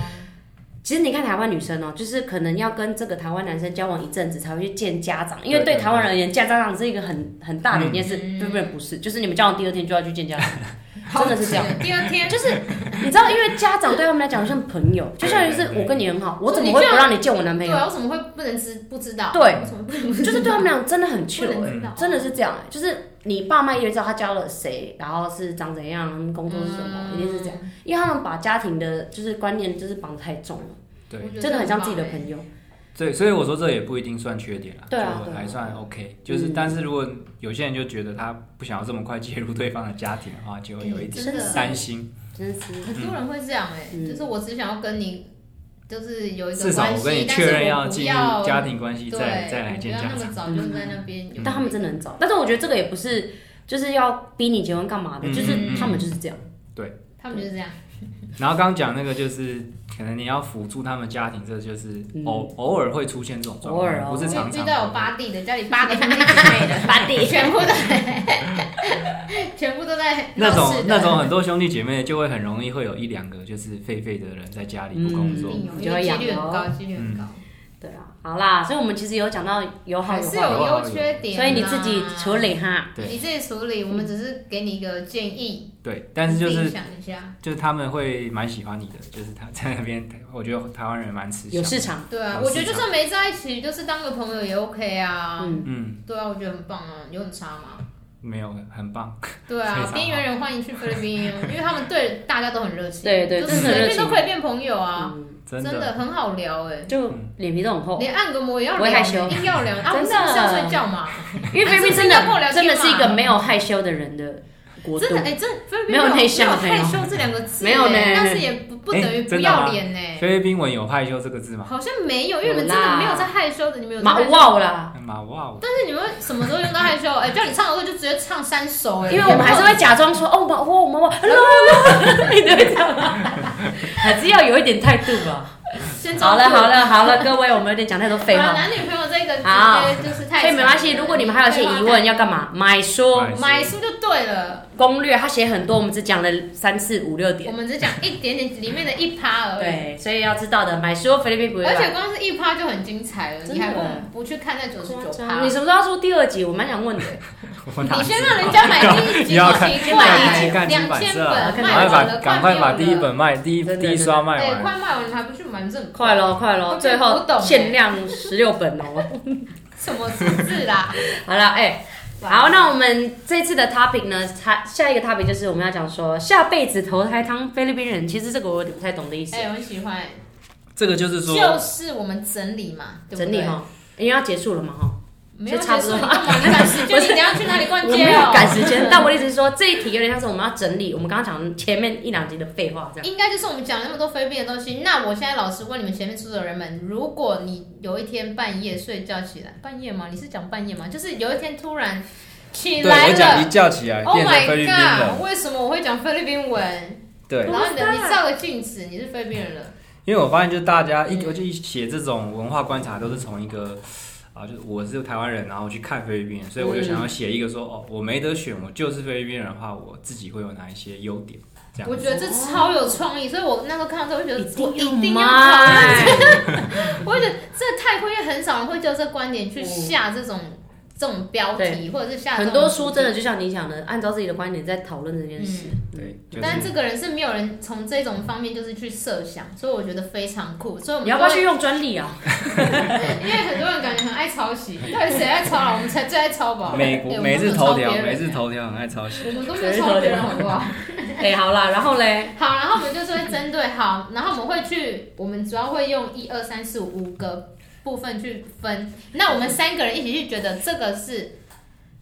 S1: 其实你看台湾女生哦、就是可能要跟这个台湾男生交往一阵子才会去见家长，因为对
S4: 对对
S1: 台湾人而言，见家长是一个很很大的一件事，
S3: 嗯
S1: 对不对？不是，就是你们交往第二天就要去见家长，真的是这样。
S3: 第二天啊
S1: 就是你知道，因为家长对他们来讲像朋友，就像是
S4: 对对对
S1: 我跟你很好，我怎么会不让你见我男朋
S3: 对
S1: 友？
S3: 啊，我怎么会不能知不知道？
S1: 对
S3: 我怎么不能知道
S1: 就是对他们俩真的很
S3: 不
S1: chill，、
S3: 能
S1: 欸
S3: 知
S4: 嗯
S3: 道？
S1: 真的是这样、欸，就是你爸妈也会知道他交了谁，然后是长怎样，工作是什么，
S3: 嗯
S1: 一定是这样，
S3: 样，
S1: 因为他们把家庭的就是观念就是绑得太重了，
S4: 对
S3: 我觉得
S1: 真的很像自己的
S3: 棒欸
S1: 朋友。
S4: 对，所以我说这也不一定算缺点啦，
S1: 对啊
S4: 就
S1: 对啊
S4: 还算 OK。就是，
S1: 嗯
S4: 但是如果有些人就觉得他不想要这么快介入对方的家庭的话，就会有一点
S3: 真的
S4: 担心。
S1: 真是
S3: 很多人会这样哎、
S1: 嗯
S3: 就是我只想要跟你，就是有一个
S4: 至少
S3: 关
S4: 我跟
S3: 系，
S4: 你
S3: 但是
S4: 确认
S3: 我不
S4: 进
S3: 要
S4: 入家庭关系，
S3: 对，
S4: 再再来见
S3: 不
S4: 家
S3: 要那
S4: 长。
S3: 么早就在那边有。
S1: 但他们真的很早，但是我觉得这个也不是就是要逼你结婚干嘛的，
S4: 嗯
S1: 就是他们就是这 样。
S3: 他们就是这样，
S4: 然后刚刚讲那个就是，可能你要辅助他们家庭，这就是
S1: 嗯
S4: 偶偶尔会出现这种状
S1: 偶尔哦
S4: 况，不是常
S3: 遇
S4: 常。
S3: 到有八弟的，家里八个兄弟姐妹 的，
S1: 把弟
S3: 全部都在， 全部都在
S4: 那
S3: 闹
S4: 种
S3: 事的
S4: 那种很多兄弟姐妹就会很容易会有一两个就是废废的人在家里不工
S3: 嗯一
S4: 作，
S3: 定有，
S1: 你
S3: 因
S1: 就会
S3: 为
S1: 养
S3: 几率很
S1: 了哦
S3: 高，几率
S4: 嗯
S3: 很高，
S1: 对啊，好啦，所以我们其实有讲到有好
S3: 还
S1: 有
S3: 是
S1: 坏，
S3: 有优缺点啊。
S1: 所以你自己处理哈。
S4: 对
S3: 你自己处理，我们只是给你一个建议，
S4: 对，但是就
S3: 你自
S4: 是
S3: 己想一下，
S4: 就是他们会蛮喜欢你的，就是他在那边，我觉得台湾人蛮吃香
S1: 有
S4: 的，
S1: 市场，
S3: 对啊，
S4: 好
S3: 我觉得
S4: 市
S3: 就
S4: 场
S3: 算没在一起，就是当个朋友也 OK 啊。
S1: 嗯，
S4: 嗯，
S3: 对啊，我觉得很棒啊，有很差 吗？
S4: 没有很棒，
S3: 对
S4: 非常
S3: 啊，
S4: 好
S3: 边缘人欢迎去菲律 宾，因为他们对大家都很热情，
S1: 对对
S3: 就
S1: 真
S3: 是
S1: 的很
S3: 随
S1: 热
S3: 便
S1: 情
S3: 都可以变朋友啊，
S1: 嗯
S4: 真
S3: 真的很好聊哎、
S1: 就脸皮都很厚，
S3: 连按个摩也要
S1: 不会
S3: 聊，
S1: 哦害羞
S3: 硬要聊，啊，我
S1: 真
S3: 们
S1: 的
S3: 是不是要睡觉嘛？
S1: 因为菲律宾真
S3: 还是新加坡聊
S1: 的
S3: 天
S1: 真
S3: 嘛
S1: 的是一个没有害羞的人的国度
S3: 真的，哎、真的菲律宾
S1: 没有内向
S3: 没有害羞
S4: 没有
S3: 这两个字、
S1: 没有呢
S3: 哎但是也不不等于
S4: 哎
S3: 不
S4: 真的吗
S3: 要脸呢、哎
S4: 菲律宾文有害羞这个字吗？
S3: 好像没有，因为你们
S1: 有
S3: 真
S1: 啦
S3: 的没有在害羞的，你们有在
S1: 马
S3: 害羞
S1: 啊哇啦，
S4: 马哇哦，
S3: 但是你们什么时候用到害羞？哎、叫你唱的歌就直接唱三首、哎，
S1: 因为我们还是会假装说哦马哇马 哇，hello hello，你对吗？ 还是要有一点态度 吧。
S3: 先
S1: 好了
S3: 装作
S1: 好了好了，各位，我们有点讲太多废
S3: 哎好了
S1: 话，
S3: 男女朋友这个直
S1: 好
S3: 接就是 太长了，
S1: 所以没关系。如果你们还有一些疑问，要干嘛？买书
S4: 买
S3: 买书就对了。
S1: 攻略，他写很多，我们只讲了三四五六
S3: 我
S1: 点。
S3: 们只讲一点点里面的一趴而已，
S1: 对，所以要知道的，买书菲律宾不会
S3: 而且
S1: 乱。
S3: 光是一趴就很精彩了，
S1: 真的
S3: 你还不不去看那九十九趴？
S1: 你什么时候要出第二集？我蛮想问的。
S4: 我哪
S3: 你
S4: 知
S3: 先
S4: 道
S3: 让人家买第一集，
S4: 你要
S3: 好
S4: 看
S3: 奇
S1: 看
S4: 第一集
S3: 怪，
S4: 看几
S3: 两
S4: 版
S3: 千
S4: 是吧
S1: 看
S3: 本
S4: 啊赶
S3: 卖
S4: 快
S3: 完
S4: 把
S3: 了，
S4: 赶快把第一
S3: 快
S4: 本卖，第一
S1: 真的
S4: 第一刷
S3: 丢了，
S4: 卖
S3: 对，
S4: 完，
S3: 快卖完了你还不去买，你这很
S1: 快喽，快喽，
S3: 我
S1: 最
S3: 我
S1: 后
S3: 不懂欸
S1: 限量十六本哦。
S3: 什么数字啦？
S1: 好了，哎、好，那我们这次的 topic 呢，它下一个 topic 就是我们要讲说下辈子投胎当菲律宾人。其实这个我有点不太懂的意思，
S3: 哎，我很喜欢，
S4: 这个就是说
S3: 就是我们整理嘛，对不对
S1: 整理哈，因为要结束了嘛哈。
S3: 没有
S1: 就差
S3: 结
S1: 不
S3: 束，
S1: 多
S3: 你干嘛？你赶时间，你等一下去哪里逛
S1: 我
S3: 街
S1: 没有
S3: 哦？
S1: 赶时间， 但我的意思是说，这一题有点像是我们要整理我们刚刚讲前面一两集的废话这样。
S3: 应该就是我们讲了那么多非病的东西。那我现在老实问你们前面出的人们，如果你有一天半夜睡觉起来，半夜吗？你是讲半夜吗？就是有一天突然起
S4: 对
S3: 来
S4: 我讲一
S3: 了。
S4: 叫起来
S3: Oh
S4: 哎变成
S3: my
S4: 菲律宾人，
S3: god！为什么我会讲菲律宾文？
S4: 对
S3: 然，后你的
S1: Oh my
S3: 你
S1: god
S3: 照个镜子，你是菲律宾人了。
S4: 因为我发现就是大家一
S3: 嗯
S4: 我就一写这种文化观察都是从一个。啊，就是我是台湾人，然后去看菲律宾人，所以我就想要写一个说，哦，我没得选，我就是菲律宾人的话，我自己会有哪一些优点？这样
S3: 我
S4: 子，
S3: 觉得这超有创意，所以我那时候看到之后，我就觉得我一定要考虑。
S1: 买，
S3: 我会觉得这太酷，因为很少人会就这观点去下这种、这种标题，或者是下这
S1: 很
S3: 种
S1: 多书
S3: 主题
S1: 真的就像你讲的，按照自己的观点在讨论这件事。
S3: 嗯
S4: 对，就
S3: 但这
S4: 是
S3: 个人是没有人从这种方面就是去设想，所以我觉得非常酷。所以我
S1: 你
S3: 们
S1: 要不要
S3: 都会
S1: 去用专利 啊？
S3: 因为很多人感觉很爱抄袭， 到底谁爱抄啊了？我们才最爱抄吧。
S4: 每
S3: 哎我们
S4: 每
S3: 都没
S4: 日
S3: 有
S4: 头
S3: 抄
S4: 条
S3: 别，人
S4: 每日头条很哎爱抄袭。
S3: 我们都没有抄别人，好不好？
S1: 哎，好啦，然后嘞，
S3: 好，然后我们就是会针对好，然后我们会去，我们主要会用一二三四五个部分去分。那我们三个人一起去觉得这个是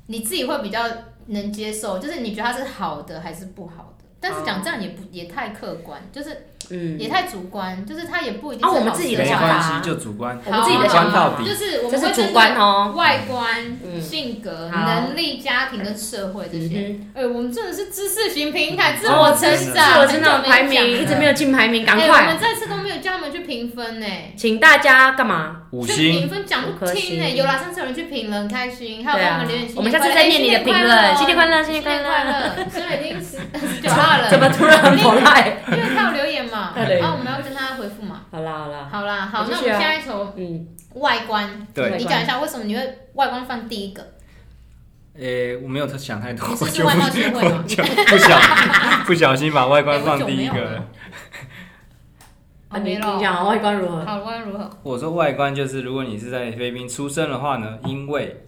S3: 你自己会比较能接受，就是你觉得它是好的还是不好的。但是讲这样也不也太客观，就是
S1: 嗯，
S3: 也太主观，就是它也不一定
S1: 啊
S3: 是好事坏。
S1: 我们自己的
S4: 没
S1: 想法
S4: 关系，就主观。
S1: 我们自己的
S3: 好
S1: 想法
S4: 好好
S1: 嘛，
S3: 就是
S1: 这
S3: 我们会
S1: 是
S3: 针
S1: 主
S3: 对
S1: 观哦。
S3: 外观、
S1: 嗯
S3: 性格、
S1: 好
S3: 能力、家庭跟社会这些。
S1: 嗯
S3: 哎、我们真的是知识型平台，自我成
S4: 真
S3: 长，
S1: 哼，哦我是那种
S3: 很久没
S1: 排
S3: 讲了
S1: 名一直没有进排名，赶
S3: 哎，我
S1: 快，
S3: 们这次都没有叫他们去评分呢、
S1: 请大家干嘛？
S4: 五
S3: 所以
S4: 星
S3: 评分讲不听呢、
S1: 五颗星
S3: 有啦，上次有人去评了，很开心，还有
S1: 对啊
S3: 帮我们留言新年快乐。
S1: 我们下次再念你的评论
S3: 哎
S1: 新年快乐
S3: 新
S1: 新
S3: 年
S1: 年快
S3: 快乐
S1: 乐，
S3: 虽然已经十十九号了，
S1: 怎么突然很不赖？
S3: 因为他有留言嘛，啊
S1: 他留言
S3: 然后我们要跟他回复嘛。
S1: 好啦好啦，
S3: 好啦，好，
S1: 你
S3: 那
S1: 继
S3: 我
S1: 续
S3: 们
S1: 啊
S3: 下一首
S1: 嗯，
S3: 外观，
S4: 对，
S1: 外
S3: 你
S1: 观
S3: 讲一下为什么你会外观放第一个？
S4: 诶，哎我没有想太多，
S3: 你
S4: 我
S3: 是
S4: 就
S3: 外
S4: 不
S3: 貌协会吗
S4: 我就不小不小心把外观放第
S3: 哎我
S4: 一
S3: 久没
S4: 个
S3: 有了
S4: 了。
S1: 啊你
S3: 哦没
S1: 你
S3: 了
S1: 讲啊外观如何？
S3: 好，外观如何？
S4: 我说外观就是，如果你是在菲律宾出生的话呢，因为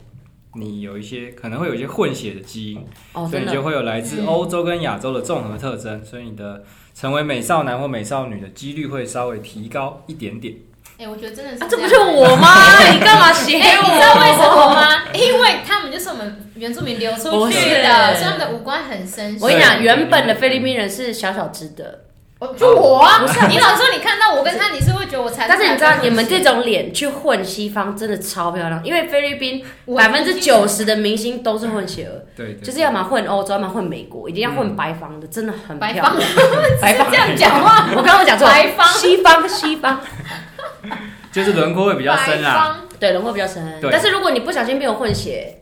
S4: 你有一些可能会有一些混血的基因，
S1: 哦，
S4: 所
S1: 真
S4: 以你就
S1: 的，
S4: 会有来自
S3: 嗯
S4: 欧洲跟亚洲的综合特征，所以你的成为美少男或美少女的几率会稍微提高一点点。
S3: 哎、我觉得真的是
S1: 啊，这
S3: 样
S1: 不是我吗？你干嘛写
S3: 哎、 你
S1: 我？
S3: 知道为什 么吗？因为他们就是我们原住民流出
S1: 不
S3: 去
S1: 是
S3: 的，所以他们的五官很深邃。
S1: 我跟你讲，
S4: 对
S1: 原本的菲律宾人是小小只的，
S3: 我就我啊，不是你老说你看到我跟他，你是会觉得我才。
S1: 但是你知道，你们这种脸去混西方真的超漂亮，因为菲律宾
S3: 我
S1: 百分之九十的明星都是混血儿，
S4: 对对，
S1: 就是要么混欧洲，要么混美国，一定要
S4: 嗯
S1: 混白方的，真的很漂
S3: 白
S1: 亮
S3: 方。
S1: 白
S3: 这样讲话，
S1: 我刚刚讲错，
S3: 白方
S1: 西方西方，
S4: 就是轮廓会比较深啊
S3: 白
S4: 啦，
S3: 方
S1: 对轮廓比较深。
S4: 对
S1: 但是如果你不小心变成混血，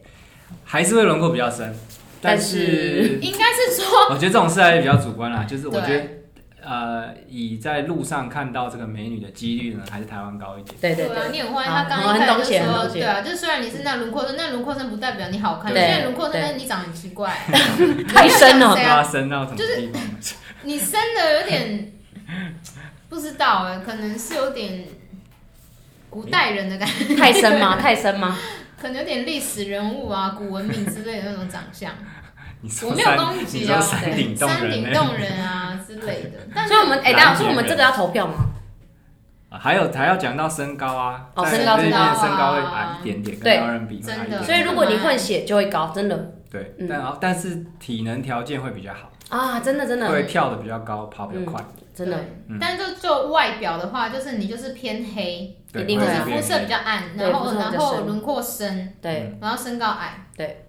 S4: 还是会轮廓比较深，啊但
S1: 但是
S4: 是
S3: 应该是说，
S4: 我觉得这种事还是比较主观啦，就是我觉得
S3: 对
S4: 呃，以在路上看到这个美女的几率呢，还是台湾高一点。
S1: 对对
S3: 对啊，
S1: 对，
S3: 你很欢迎
S1: 啊
S3: 他刚一开
S1: 很懂
S3: 始
S1: 写
S3: 就
S1: 很
S3: 说，
S1: 懂写
S3: 对啊，就虽然你是那轮廓生，那轮廓生不代表你好看，有
S1: 对
S3: 些人轮廓生，
S1: 对
S3: 但是你长得很奇 怪，
S1: 太深了
S3: 对啊
S4: 拉伸到什么地方？
S3: 你生的有点不知道哎、可能是有点古代人的感觉，
S1: 太深 吗？太深吗？
S3: 可能有点历史人物啊、古文明之类的那种长相，
S4: 你说
S3: 我没有
S4: 山
S3: 攻击
S4: 你
S3: 啊
S4: 说山顶洞
S3: 山
S4: 人欸
S3: 顶
S4: 呢、
S3: 洞人啊之类的。但是
S1: 所以我们哎，
S4: 蓝
S1: 大家，
S4: 眼
S1: 所以我们
S4: 人
S1: 这个要投票吗？
S4: 啊还有还要讲到身高啊，
S1: 哦
S4: 在
S1: 身高
S4: 菲律宾
S1: 身
S4: 的
S3: 高
S4: 身高会
S3: 啊
S4: 矮一点点，
S1: 对
S4: 跟高人比会矮一
S3: 真
S4: 点。
S3: 的
S1: 所以如果你混血就会高，真的
S4: 对，
S1: 嗯
S4: 但但是体能条件会比较好，
S1: 啊，真的真
S4: 会
S1: 的
S4: 跳的比较高，跑比较快，
S1: 真的，
S4: 嗯
S3: 对但就就外表的话，就是你就是偏黑，
S4: 对，
S1: 一定
S3: 就
S1: 会
S4: 会
S3: 是
S1: 啊
S4: 变
S3: 肤色比较暗，
S1: 对
S3: 然后
S1: 肤色比较
S3: 然后
S1: 深
S3: 轮廓深，
S1: 对，
S3: 然后身高矮。
S1: 对，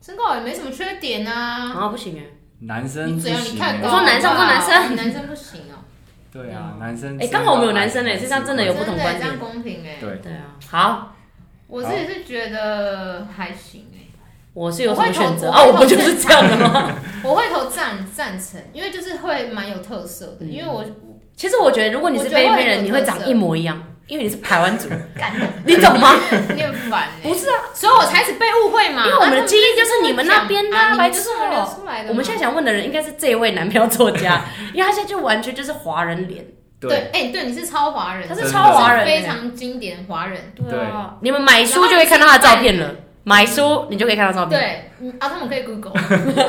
S3: 身高矮也没什么缺点啊。
S1: 啊不行哎。
S4: 男生
S3: 你
S4: 不
S3: 只要你
S4: 行
S3: 看
S4: 欸
S3: 高，
S1: 我说男生我说男生
S3: 你男生不行哦。
S4: 对啊，男生
S1: 哎刚好我们有男生
S4: 哎，
S1: 欸是这样真的有不同观
S3: 真的
S1: 点
S3: 这样公平哎、
S4: 对，
S1: 对啊，好，
S3: 我自己是觉得还行哎、
S1: 我是有什么选择
S3: 我
S1: 啊？
S3: 会投
S1: 我不就是这样的 吗？
S3: 我会投赞赞成，因为就是会蛮有特色的，因为我
S1: 其实我觉得，如果你是菲律宾人，你会长一模一样，因为你是台湾族，
S3: 干
S1: 你懂 吗？
S3: 你很烦哎、
S1: 不是啊，
S3: 所以我才始被误会嘛，
S1: 因为我们的
S3: 啊
S1: 基因就是你们那边的啊
S3: 啊，你
S1: 白
S3: 们
S1: 痴哦
S3: 就是我们流出来的嘛。
S1: 我们现在想问的人应该是这位男票作家，因为他现在就完全就是华人脸，
S3: 对
S4: 对，，
S3: 哎、对，你是超华人，
S1: 他
S4: 是
S3: 真的
S4: 超华
S1: 人
S3: 非常经典华人。
S4: 对啊，
S1: 你们买书就会看到他的照片了，买书你就可以看到照片，
S3: 对，嗯啊，他们可以 Google，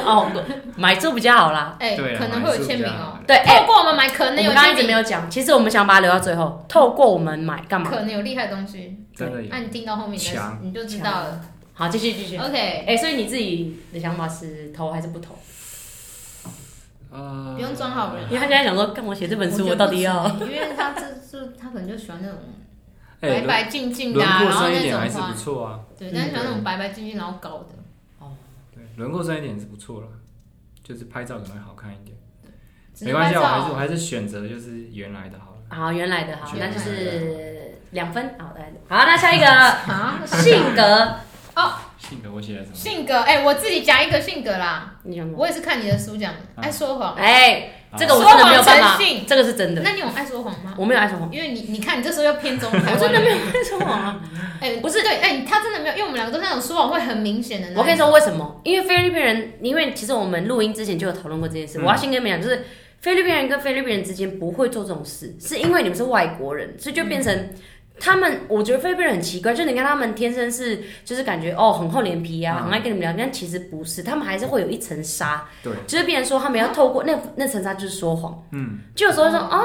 S1: 哦，对买书比较好啦。
S3: 哎、
S4: 对啊
S3: 可能会有签名哦、
S1: 对，哎、
S3: 透过我们买，可
S1: 我
S3: 能有
S1: 们刚刚一
S3: 签
S1: 直
S3: 名
S1: 没，有讲，其实我们想把它留到最后，透过我们买干嘛？
S3: 可能有厉害的东西。
S4: 真的有
S3: 那、你听到后面你再
S4: 强
S3: 你就知道了。
S1: 好，继续继续。
S3: OK，
S1: 哎、所以你自己的想法是投还是不投？
S4: 呃
S3: 不用装好人。
S1: 因为他现在想说，干我写这本书，我到底要……
S3: 我觉得不行？因为他这是他可能就喜欢那种
S4: 哎
S3: 白，白净净的、
S4: 轮
S3: 啊，
S4: 廓
S3: 然后
S4: 深一
S3: 那
S4: 点
S3: 种
S4: 还是
S3: 花
S4: 不错啊，
S3: 对，但是喜欢那种白白净净然后高的。
S4: 对，轮廓深一点是不错啦，就是拍照可能会好看一点。
S3: 只
S4: 没
S3: 是
S4: 关系，
S3: 拍
S4: 啊，
S3: 照
S4: 我还是我还是选择就是原来的好了。
S1: 好，原来的好，那
S3: 原来
S1: 就
S3: 的
S1: 是两分。好，来，好，那下一 个
S3: 啊，
S1: 性格，
S4: 性格我写了什么？
S3: 性格哎、我自己讲一个性格啦，
S1: 你想什么？
S3: 我也是看你的书讲的，
S4: 啊
S3: 爱说谎。
S1: 哎、
S4: 好
S1: 这个我真的没有办
S3: 说
S1: 法
S3: 谎成性，
S1: 这个是真的，
S3: 那你有爱说谎吗？
S1: 我没有爱说 谎，
S3: 因为你你看你这时候又偏中台
S1: 我
S3: 湾
S1: 真的没有爱说谎啊。
S3: 哎、不是对哎、他真的没有，因为我们两个都是那种说谎会很明显的那种。
S1: 我跟你说为什么？因为菲律宾人，因为其实我们录音之前就有讨论过这件事。
S4: 嗯
S1: 我要先跟你们讲，就是菲律宾人跟菲律宾人之间不会做这种事，是因为你们是外国人，所以就变成。
S4: 嗯
S1: 他们，我觉得菲律宾人很奇怪，就你看他们天生是，就是感觉哦很厚脸皮啊，
S4: 嗯
S1: 很爱跟你们聊，但其实不是，他们还是会有一层纱，
S4: 对，
S1: 就是变成说他们要透过那那层纱就是说谎，
S4: 嗯，
S1: 就有时候说哦 it's good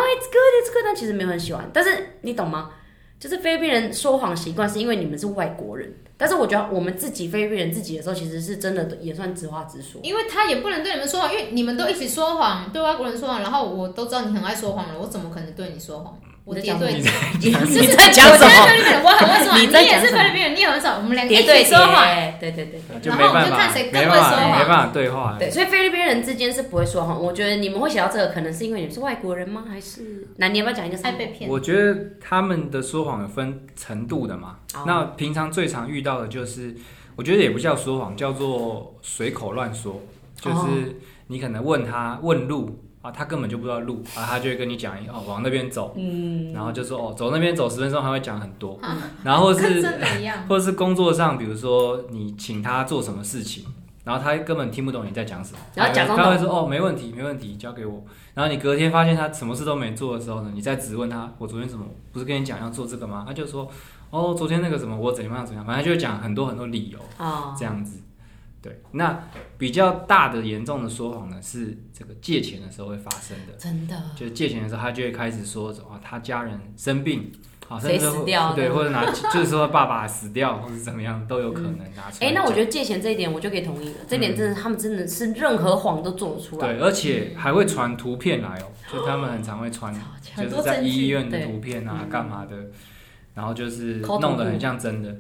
S1: it's good，但其实没有很喜欢，但是你懂吗？就是菲律宾人说谎习惯是因为你们是外国人，但是我觉得我们自己菲律宾人自己的时候，其实是真的也算直话直说。
S3: 因为他也不能对你们说谎，因为你们都一起说谎，对外国人说谎，然后我都知道你很爱说谎了，我怎么可能对你说谎？我
S1: 你在讲
S3: 叠对
S1: 什
S4: 么
S3: 叠，
S1: 你
S3: 就是
S1: 你在讲什
S3: 我现
S1: 么？
S3: 在菲律宾人，我很会说谎，
S1: 你
S3: 你
S1: 在讲
S3: 也是
S1: 什么
S3: 菲律宾人，你也很会说谎，我们两个一
S1: 叠对
S3: 起
S1: 叠
S3: 说谎，，
S1: 对对对。
S4: 就
S3: 然
S4: 没
S3: 后我们
S4: 办
S3: 就
S4: 法，
S3: 看谁
S4: 没
S3: 更会
S4: 办
S3: 说
S4: 法，
S3: 谎
S4: 没办法对话。
S1: 对，所以菲律宾人之间是不会说谎。我觉得你们会想到这个，可能是因为你们是外国人吗？还是那你要不要讲一个
S3: 爱
S1: 三
S3: 被骗。
S4: 我觉得他们的说谎有分程度的嘛。
S1: 哦
S4: 那平常最常遇到的就是，我觉得也不叫说谎，叫做随口乱说，就
S1: 哦
S4: 是你可能问他问路啊，他根本就不知道路啊，他就会跟你讲一哦往那边走，嗯，然后就说哦走那边走十分钟，他会讲很多，然后
S3: 跟
S4: 是
S3: 真的一 样，
S4: 或者是工作上，比如说你请他做什么事情，然后他根本听不懂你在讲什么，
S1: 然后假装
S4: 他会
S1: 懂
S4: 说哦没问题没问题，交给我。然后你隔天发现他什么事都没做的时候呢，你再质问他，我昨天怎么不是跟你讲要做这个吗？他就说哦昨天那个什么我怎样怎样，反正就会讲很多很多理由
S1: 哦
S4: 这样子。对，那比较大的严重的说谎呢，是这个借钱的时候会发生的。
S1: 真的
S4: 就是借钱的时候，他就会开始说什么、哦他家人生病，好，
S1: 谁
S4: 甚至
S1: 死
S4: 会
S1: 掉
S4: 对，
S1: 了
S4: 或者拿， 就是说爸爸死掉或者怎么样都有可能拿出来讲。
S1: 哎、那我觉得借钱这一点我就可以同意了，这一点真的、
S3: 嗯
S1: 他们真的是任何谎都做得出来，
S4: 对，而且还会传图片来哦，就他们很常会传，就
S1: 哦很
S4: 是
S1: 多
S4: 在
S1: 证
S4: 医
S1: 据
S4: 院的
S1: 对嗯
S4: 图片啊，干嘛的，然后就是
S1: 抠图
S4: 弄得很像真的。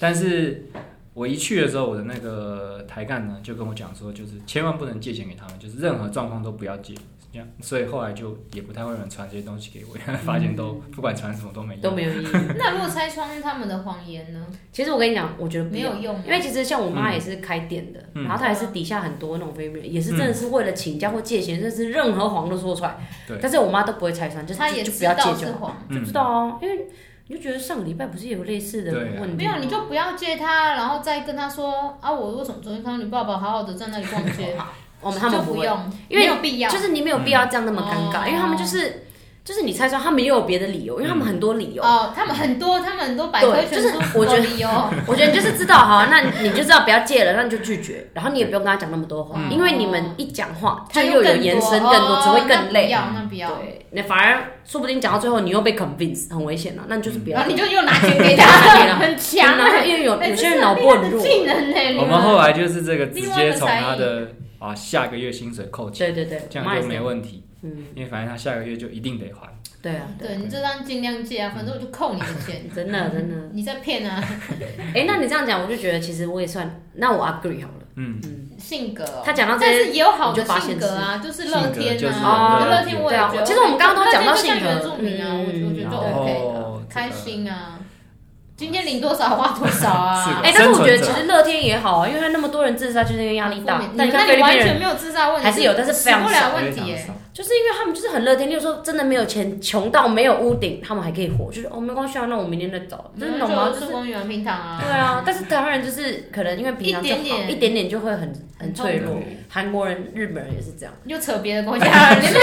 S4: 但是我一去的时候，我的那个台干呢就跟我讲说，就是千万不能借钱给他们，就是任何状况都不要借。这样，所以后来就也不太会有人传这些东西给我，因 为发现都不管传什么都没用。
S1: 嗯都没有意义。
S3: 那如果拆穿他们的谎言呢？
S1: 其实我跟你讲，我觉得不
S3: 没有用吗，啊
S1: 因为其实像我妈也是开店的，
S4: 嗯
S1: 然后她也是底下很多那种菲律宾人，也是真的是为了请假或借钱，甚至任何谎都说出来。
S4: 对
S1: 但是我妈都不会拆穿，就是
S3: 他也
S1: 就就
S3: 知
S1: 不要
S3: 道
S1: 借就是好，
S3: 谎，
S1: 就
S4: 嗯
S1: 知道啊，因为你就觉得上个礼拜不是也有类似的
S4: 对啊
S1: 问题
S3: 没
S1: 吗，
S3: 有你就不要借他，然后再跟他说啊，我为什么昨天看到你爸爸好好的在那里逛 街，
S1: 我们哦他们
S3: 就
S1: 不
S3: 不
S1: 会，
S3: 用，
S1: 因为
S3: 没有必要
S1: 就。是你没有必要这样那么尴尬，
S3: 嗯
S1: 因为他们就是就是你拆穿，他们也有别的理由，因为他们很多理由。
S3: 哦，他们很多，他们很多百科全
S1: 对就
S3: 书
S1: 是我觉得
S3: 理由，
S1: 我觉得你就是知道，好，啊那你就知道不要借了，那你就拒绝，然后你也不用跟他讲那么多话，
S3: 嗯
S1: 因为你们一讲话，就
S3: 他
S1: 又有
S3: 更
S1: 延伸
S3: 多
S1: 更多，只会
S3: 哦
S1: 更累。
S3: 那不要，那不要，
S1: 对，那反而说不定讲到最后，你又被 convince，很危险了、那你就是不要
S3: 然后你就又拿钱 给
S1: 拿钱
S3: 他，
S1: 啊
S3: 很
S1: 对
S3: 强
S1: 然
S3: 啊
S1: 后。因为有
S3: 哎
S1: 有
S3: 这
S1: 些
S3: 是
S1: 人脑
S3: 很厉
S1: 波
S3: 害的
S1: 很弱，
S3: 技能呢、你
S4: 我们后来就是这个直接从他
S3: 另
S4: 的啊下个月薪水扣钱，
S1: 对对对，
S4: 这
S1: 我妈
S4: 样
S1: 也
S4: 就是没问题，
S1: 嗯，
S4: 因为反正他下个月就一定得还。
S1: 对啊，对
S3: 对，你就这样尽量借啊，反正我就扣你的钱，
S1: 真的真的。
S3: 你在骗啊，
S1: 哎、那你这样讲，我就觉得其实我也算，那我 agree 好了。
S4: 嗯，
S3: 性格哦、
S1: 他讲到这
S3: 但
S1: 些，
S3: 是也有好
S1: 我
S3: 的
S1: 就发现
S3: 性格啊，就是
S4: 性
S3: 乐
S4: 格
S3: 天
S4: 就是
S3: 啊，
S1: 有
S3: 乐天我
S1: 对
S3: 也
S1: 啊
S3: 觉得，
S1: 其实我们刚刚都讲到性格
S3: 乐天就像原住民啊，我
S1: 嗯
S3: 我觉得
S4: 然
S3: 就
S4: 后
S3: OK 的，
S4: 这个
S3: 开心啊，
S4: 嗯
S3: 今天领多少花多少
S4: 是
S3: 啊
S4: 的，
S1: 哎、 但是我觉得其
S4: 生存者
S1: 实乐天也好啊，因为他那么多人自杀，就是因为压力大
S3: 很负面。
S1: 但
S3: 你
S1: 看
S3: 那
S1: 菲律
S3: 你
S1: 宾
S3: 完
S1: 人，
S3: 全没有自杀问题，
S1: 还是有但是非常
S3: 死不了
S1: 少
S3: 问题、
S4: 非
S3: 耶
S4: 常少
S1: 就是因为他们就是很乐天，例如说真的没有钱，穷到没有屋顶，他们还可以活，就是哦没关系啊，那我明天再找，真的懂吗？
S3: 嗯
S1: 就
S3: 就
S1: 是
S3: 是公园平躺啊，
S1: 对啊，但是台湾人就是可能因为平常就好
S3: 一点点
S1: 一点点就会很很脆弱
S4: 很痛苦。
S1: 韩国人、日本人也是这样，
S3: 又扯别的国家 了，你们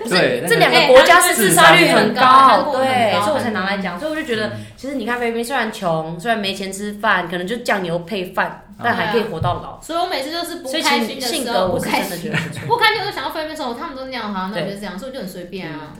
S1: 不是
S4: 对，那
S1: 这两个
S3: 哎
S1: 国家是
S4: 自
S1: 自
S4: 杀
S1: 杀
S4: 率啊
S1: 率很
S3: 很
S1: 高，
S3: 高
S1: 对
S3: 很，高
S1: 所以我才拿来讲。所以我就觉得，其实你看菲律宾虽然穷，虽然没钱吃饭，可能就酱油配饭，但还可以活到老。
S3: 所以我每次都是哦不
S1: 所以
S3: 开
S1: 其
S3: 心
S1: 实
S3: 的
S1: 性
S3: 时
S1: 格
S3: 候，
S1: 我
S3: 不
S1: 是
S3: 开
S1: 真的觉
S3: 心，
S1: 得不错。
S3: 不开心 我就想要分辨说，哦，他们都那样，好，那我
S1: 对
S3: 就这样，所以我就很随便啊。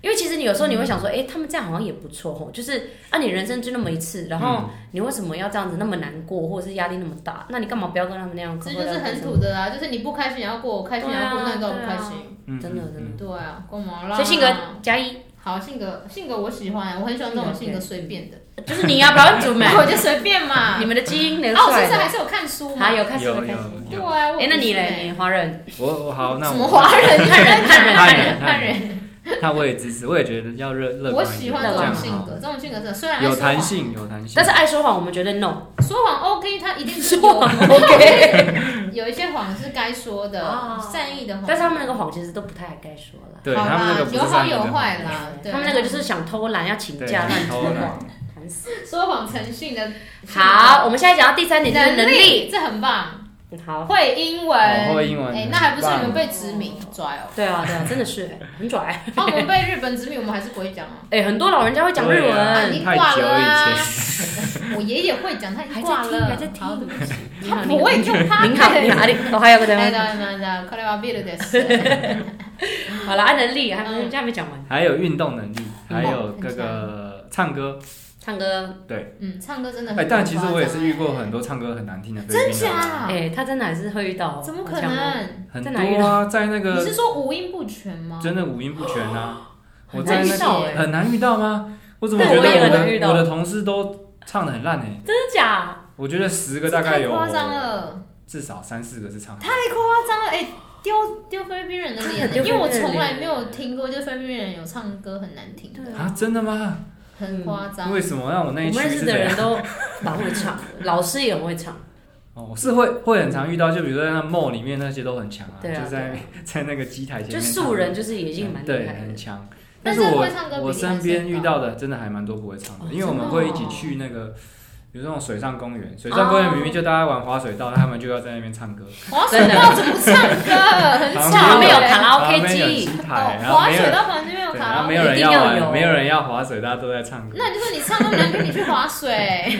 S1: 因为其实你有时候你会想说，哎，他们这样好像也不错哦，就是啊，你人生就那么一次，然
S3: 嗯
S1: 后你为什么要这样子那么难过，或者是压力那么大？那你干嘛不要跟他们那样？
S3: 这就是很土的啊，就是你不开心也要过，我开心也要过，
S1: 对啊
S3: 那你干嘛
S1: 对
S3: 不开
S1: 啊
S3: 心？
S4: 嗯
S1: 真的真的。
S3: 对啊，干嘛啦？
S1: 所以性格加一，
S3: 好，性格性格我喜欢，啊我很喜欢这种性格随便的，
S1: 就是你啊，不要煮没？
S3: 我 就随便嘛。
S1: 你们的基因留
S3: 哦，我
S1: 出
S3: 是
S1: 来
S3: 不是
S1: 的。
S3: 还是有看书嘛？
S1: 还有看什么
S4: 有
S1: 看什
S4: 有
S1: 么？
S3: 对
S4: 有，
S3: 啊，我
S1: 哎，那你嘞？
S3: 嘞？
S1: 你华 人
S4: 我我好，那
S3: 什么
S4: 我
S3: 华 人？
S1: 看人看人
S4: 看
S1: 看
S4: 人
S1: 人，
S3: 汉人，
S4: 那我也支持，我也觉得要乐乐
S3: 我
S4: 观一
S3: 喜
S4: 点，
S3: 欢
S4: 这
S3: 这
S4: 样
S3: 种性
S4: 好，
S3: 格，这种性格是虽然爱
S4: 有
S3: 说谎
S4: 弹，性有弹性，
S1: 但是爱说谎，我们绝对 no。
S3: 说谎 OK，他一定是
S1: 说
S3: 有
S1: 谎 OK，
S3: 有一些谎是该说的，
S1: 哦
S3: 善意的谎。
S1: 但是他们那个谎其实都不太该说了。
S4: 对
S3: 好啦
S4: 他们那个不是
S3: 有好
S4: 善意的
S3: 有
S4: 谎
S3: 坏啦，对啊
S1: 他们那个就是想偷懒，要请
S4: 对
S1: 假乱
S4: 嗯偷
S1: 说
S4: 懒
S1: 谎，烦死。
S3: 说谎成性的。
S1: 好，我们现在讲到第三点，就是
S3: 能
S1: 能力。
S3: 力这很棒，
S1: 好，
S3: 会英文，
S4: 哦会英文
S3: 哎，
S4: 很
S3: 那还不是
S4: 棒
S3: 你们被殖民拽哦？
S1: 对啊，对啊，真的是很拽。
S3: 那我们被日本殖民，我们还是不会讲 啊。
S1: 哎，很多老人家会讲日
S4: 对啊
S1: 文，
S3: 你
S4: 太
S3: 挂
S4: 久
S3: 了啊
S4: 以前，
S3: 我爷爷会讲，他已经
S1: 还
S3: 挂
S1: 在听，
S3: 了，
S1: 还在
S3: 好的
S1: 听。你
S3: 他
S1: 好，
S3: 不
S1: 你好，
S3: 会就他。
S1: 您好，您好，您好，还有个台
S3: 哎的
S1: 湾。
S3: 哎的，快来把 bill 的。
S1: 好了，按能力，还
S3: 嗯
S1: 人家还没讲完，
S4: 还有运动能力，还有
S3: 很
S4: 各个唱歌，
S1: 唱歌。
S3: 嗯，唱歌真的
S4: 哎，
S3: 很。
S4: 但其实我也是遇过很。多唱歌很难听的菲律宾人啊，
S3: 假？
S1: 哎，他真的还是会遇到哦，
S3: 怎么可
S1: 很强哦？
S3: 能？
S4: 很
S1: 在哪遇
S4: 多啊，在那
S3: 你
S4: 个
S3: 是说五音不全吗？
S4: 真的五音不全啊，
S3: 哦
S4: 我
S1: 很
S4: 在
S1: 难
S4: 那
S1: 遇
S4: 个
S1: 到哎，
S4: 很难遇到吗？我怎么觉
S1: 对
S4: 得
S1: 我也很
S4: 我
S1: 难遇
S4: 的
S1: 到
S4: 我的同事都唱的很烂呢？
S1: 真的假？
S4: 我觉得十个
S3: 这
S4: 大概
S3: 太
S4: 有
S3: 夸
S1: 啊
S3: 张了，
S4: 至少三四个是唱。
S3: 太夸张了！哎，丢丢菲律宾人的
S1: 真
S3: 脸，
S1: 的丢
S3: 因
S1: 菲律宾人的脸
S3: 为我从来没有听过，就是菲律宾人有唱歌很难听的，
S4: 啊，真的吗？
S3: 很夸张。
S4: 嗯为什么让我那
S1: 啊我们
S4: 一区
S1: 认
S4: 是
S1: 识
S4: 这
S1: 的
S4: 样？
S1: 人都蛮会唱的，老师也很会唱。
S4: 哦，我是会会很常遇到，就比如说那 mall 里面那些都很强啊，
S1: 对啊
S4: 就在在那个机台前面
S1: 就
S4: 唱，
S1: 素人就是已经蛮
S4: 嗯
S1: 厉
S4: 对
S1: 害
S4: 很
S1: 的，
S4: 强。
S3: 但
S4: 但
S3: 是
S4: 我
S3: 会唱歌比例
S4: 我
S3: 还是
S4: 身边遇
S3: 高
S4: 到的真的还蛮多不会唱的，
S1: 哦
S4: 因为我们
S1: 真的
S4: 会
S1: 哦
S4: 一起去那个，比如说那种水上公园，水上公园
S1: 哦
S4: 明明就大家玩滑水道，他们就要在那边唱歌，
S3: 滑水道怎么唱歌？很
S4: 旁
S3: 吵
S1: 旁
S3: 哎。
S1: 边有卡拉
S4: 旁
S1: OK
S4: 边有
S1: 机
S4: 机，台，然
S3: 哦，
S4: 后
S3: 滑
S4: 没有
S3: 水
S4: 人，
S3: 道旁边 有
S4: 对
S3: 卡
S4: 然
S3: 拉
S4: 后
S3: OK，
S4: 没有人
S1: 一定要
S4: 玩，
S1: 有
S4: 没有人要滑水，大家都在唱歌。
S3: 那你就说你唱那么难听，你去划 水，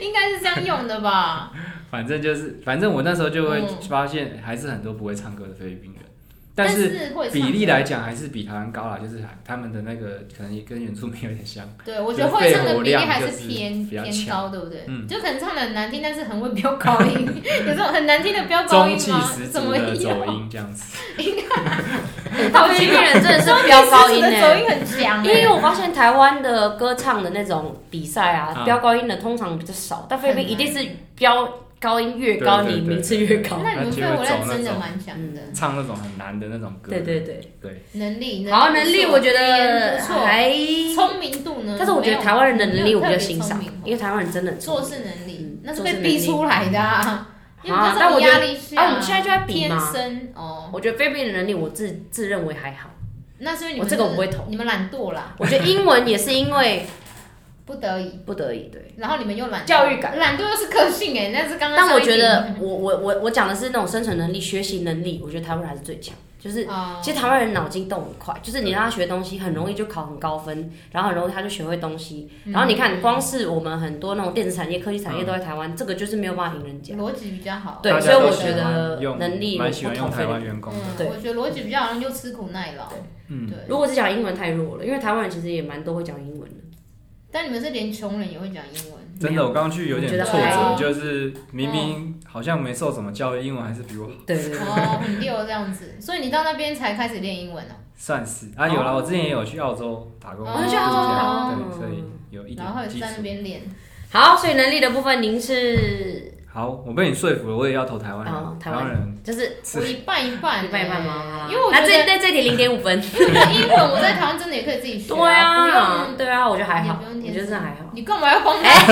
S3: 应该是这样用的吧？
S4: 反正就是，反正我那时候就会
S3: 嗯
S4: 发现，还是很多不会唱歌的菲律宾人，但是
S3: 是会
S4: 比
S3: 唱
S4: 例
S3: 歌
S4: 来讲还是比台湾高啦，就是他们的那个可能也跟原住民有点 像，
S3: 对，我
S4: 就
S3: 觉得
S4: 是
S3: 会
S4: 肺
S3: 唱的
S4: 活
S3: 比例
S4: 量
S3: 还
S4: 就是
S3: 偏
S4: 比较
S3: 偏
S4: 强
S3: 高，对不对？
S4: 嗯
S3: 就可能唱的很难听，但是很会飙高音， 有这种很难听的飙高
S4: 中
S3: 音
S4: 气
S3: 吗
S4: 十？
S3: 怎
S4: 足
S3: 么
S4: 的走
S3: 有？
S4: 音这样子。
S1: 好奇人真的是飙高音
S3: 的
S1: 呢、
S3: 走音很 强
S1: 因
S3: 欸，
S1: 为我发现台湾的歌唱的那种比赛啊，
S4: 啊
S1: 飙高音的通常比较少，但菲律宾一定是飙高音越高，
S4: 对对
S1: 你
S4: 对
S1: 名次越高。
S3: 那你们肺活量真的蛮强的，
S4: 唱那种很难的那种歌，
S1: 对对对，
S4: 对，
S3: 能力
S1: 好，能力我觉得
S3: 不错，
S1: 还，
S3: 聪明度呢？
S1: 但是我觉得台湾人的能力我比较欣赏
S3: 没有特别聪，
S1: 因
S3: 明
S1: 为台湾人真的很聪
S3: 做
S1: 明
S3: 事能力
S1: 嗯
S3: 那是
S1: 做事
S3: 被
S1: 能
S3: 逼
S1: 力
S3: 出来的啊，因为
S1: 啊
S3: 这
S1: 但
S3: 种
S1: 我觉得
S3: 压力下，
S1: 啊我们现在就在比
S3: 天
S1: 嘛
S3: 生哦，
S1: 我觉得菲律宾的能力我自自认为还好，
S3: 那是因为你
S1: 我
S3: 们
S1: 这个
S3: 就
S1: 我不
S3: 是
S1: 会投。
S3: 你们懒惰啦，
S1: 我觉得英文也是因为
S3: 不得已。
S1: 不得已对，
S3: 然后你们又懒惰
S1: 教育感
S3: 懒惰又是个性哎、但是刚刚
S1: 但
S3: 上
S1: 我
S3: 一
S1: 觉
S3: 题
S1: 得我我我我讲的是那种生存能力、学习能力，我觉得台湾人还是最强，就是
S3: 啊，
S1: 其实台湾人脑筋动很快，就是你让他学东西，很容易就考很高分，然后很容易他就学会东西。然后你看，光是我们很多那种电子产业、科技产业都在台湾，这个就是没有办法赢人家。
S3: 逻辑比较好。
S1: 对
S4: 大
S1: 所
S4: 家
S1: 以
S4: 都
S1: 我
S4: 喜
S1: 觉
S4: 欢
S1: 得
S4: 用
S1: 能力
S4: 蛮喜欢
S1: 我
S4: 用
S1: 不投
S4: 台湾
S1: 非
S4: 员工的，
S1: 对
S3: 嗯，我觉得逻辑比较好，又吃苦耐劳。
S4: 嗯，
S3: 对，
S1: 如果只讲英文太弱了，因为台湾人其实也蛮多会讲英文的。
S3: 但你们是连穷人也会讲英文，
S4: 真的，我刚刚去有点
S1: 我觉得嗯
S4: 挫
S3: 还好
S4: 折，就是明明好像没受什么教育，英文还是比我好，
S1: 对对对，
S3: 哦，很溜这样子。 所以你到那边才开始练英文哦，
S4: 算是啊，有了，我之前也有去澳洲打工，
S3: 哦
S4: 就是
S3: 去澳洲
S4: 这
S3: 打
S4: 样
S1: 工
S4: 对，所以有一
S3: 然后
S4: 点基
S3: 在那
S4: 础。
S3: 边练。
S1: 好，所以能力的部分，您是
S4: 好，我被你说服了，我也要投台湾
S1: 哦
S4: 人，
S1: 台
S4: 台
S1: 湾
S4: 湾人
S1: 就是
S4: 是
S3: 我一半一半、
S1: 一半一 半啊吗？
S3: 因为我觉
S1: 那这
S3: 得
S1: 那这题零点五分。
S3: 英文我在台湾真的也可以自己学、
S1: 对
S3: 啊，
S1: 啊哎
S3: 不，用。
S1: 对啊，我觉得还好，
S3: 也不
S1: 我
S3: 用
S1: 觉
S3: 天
S1: 得
S3: 生
S1: 真的还好。
S3: 你干嘛要帮他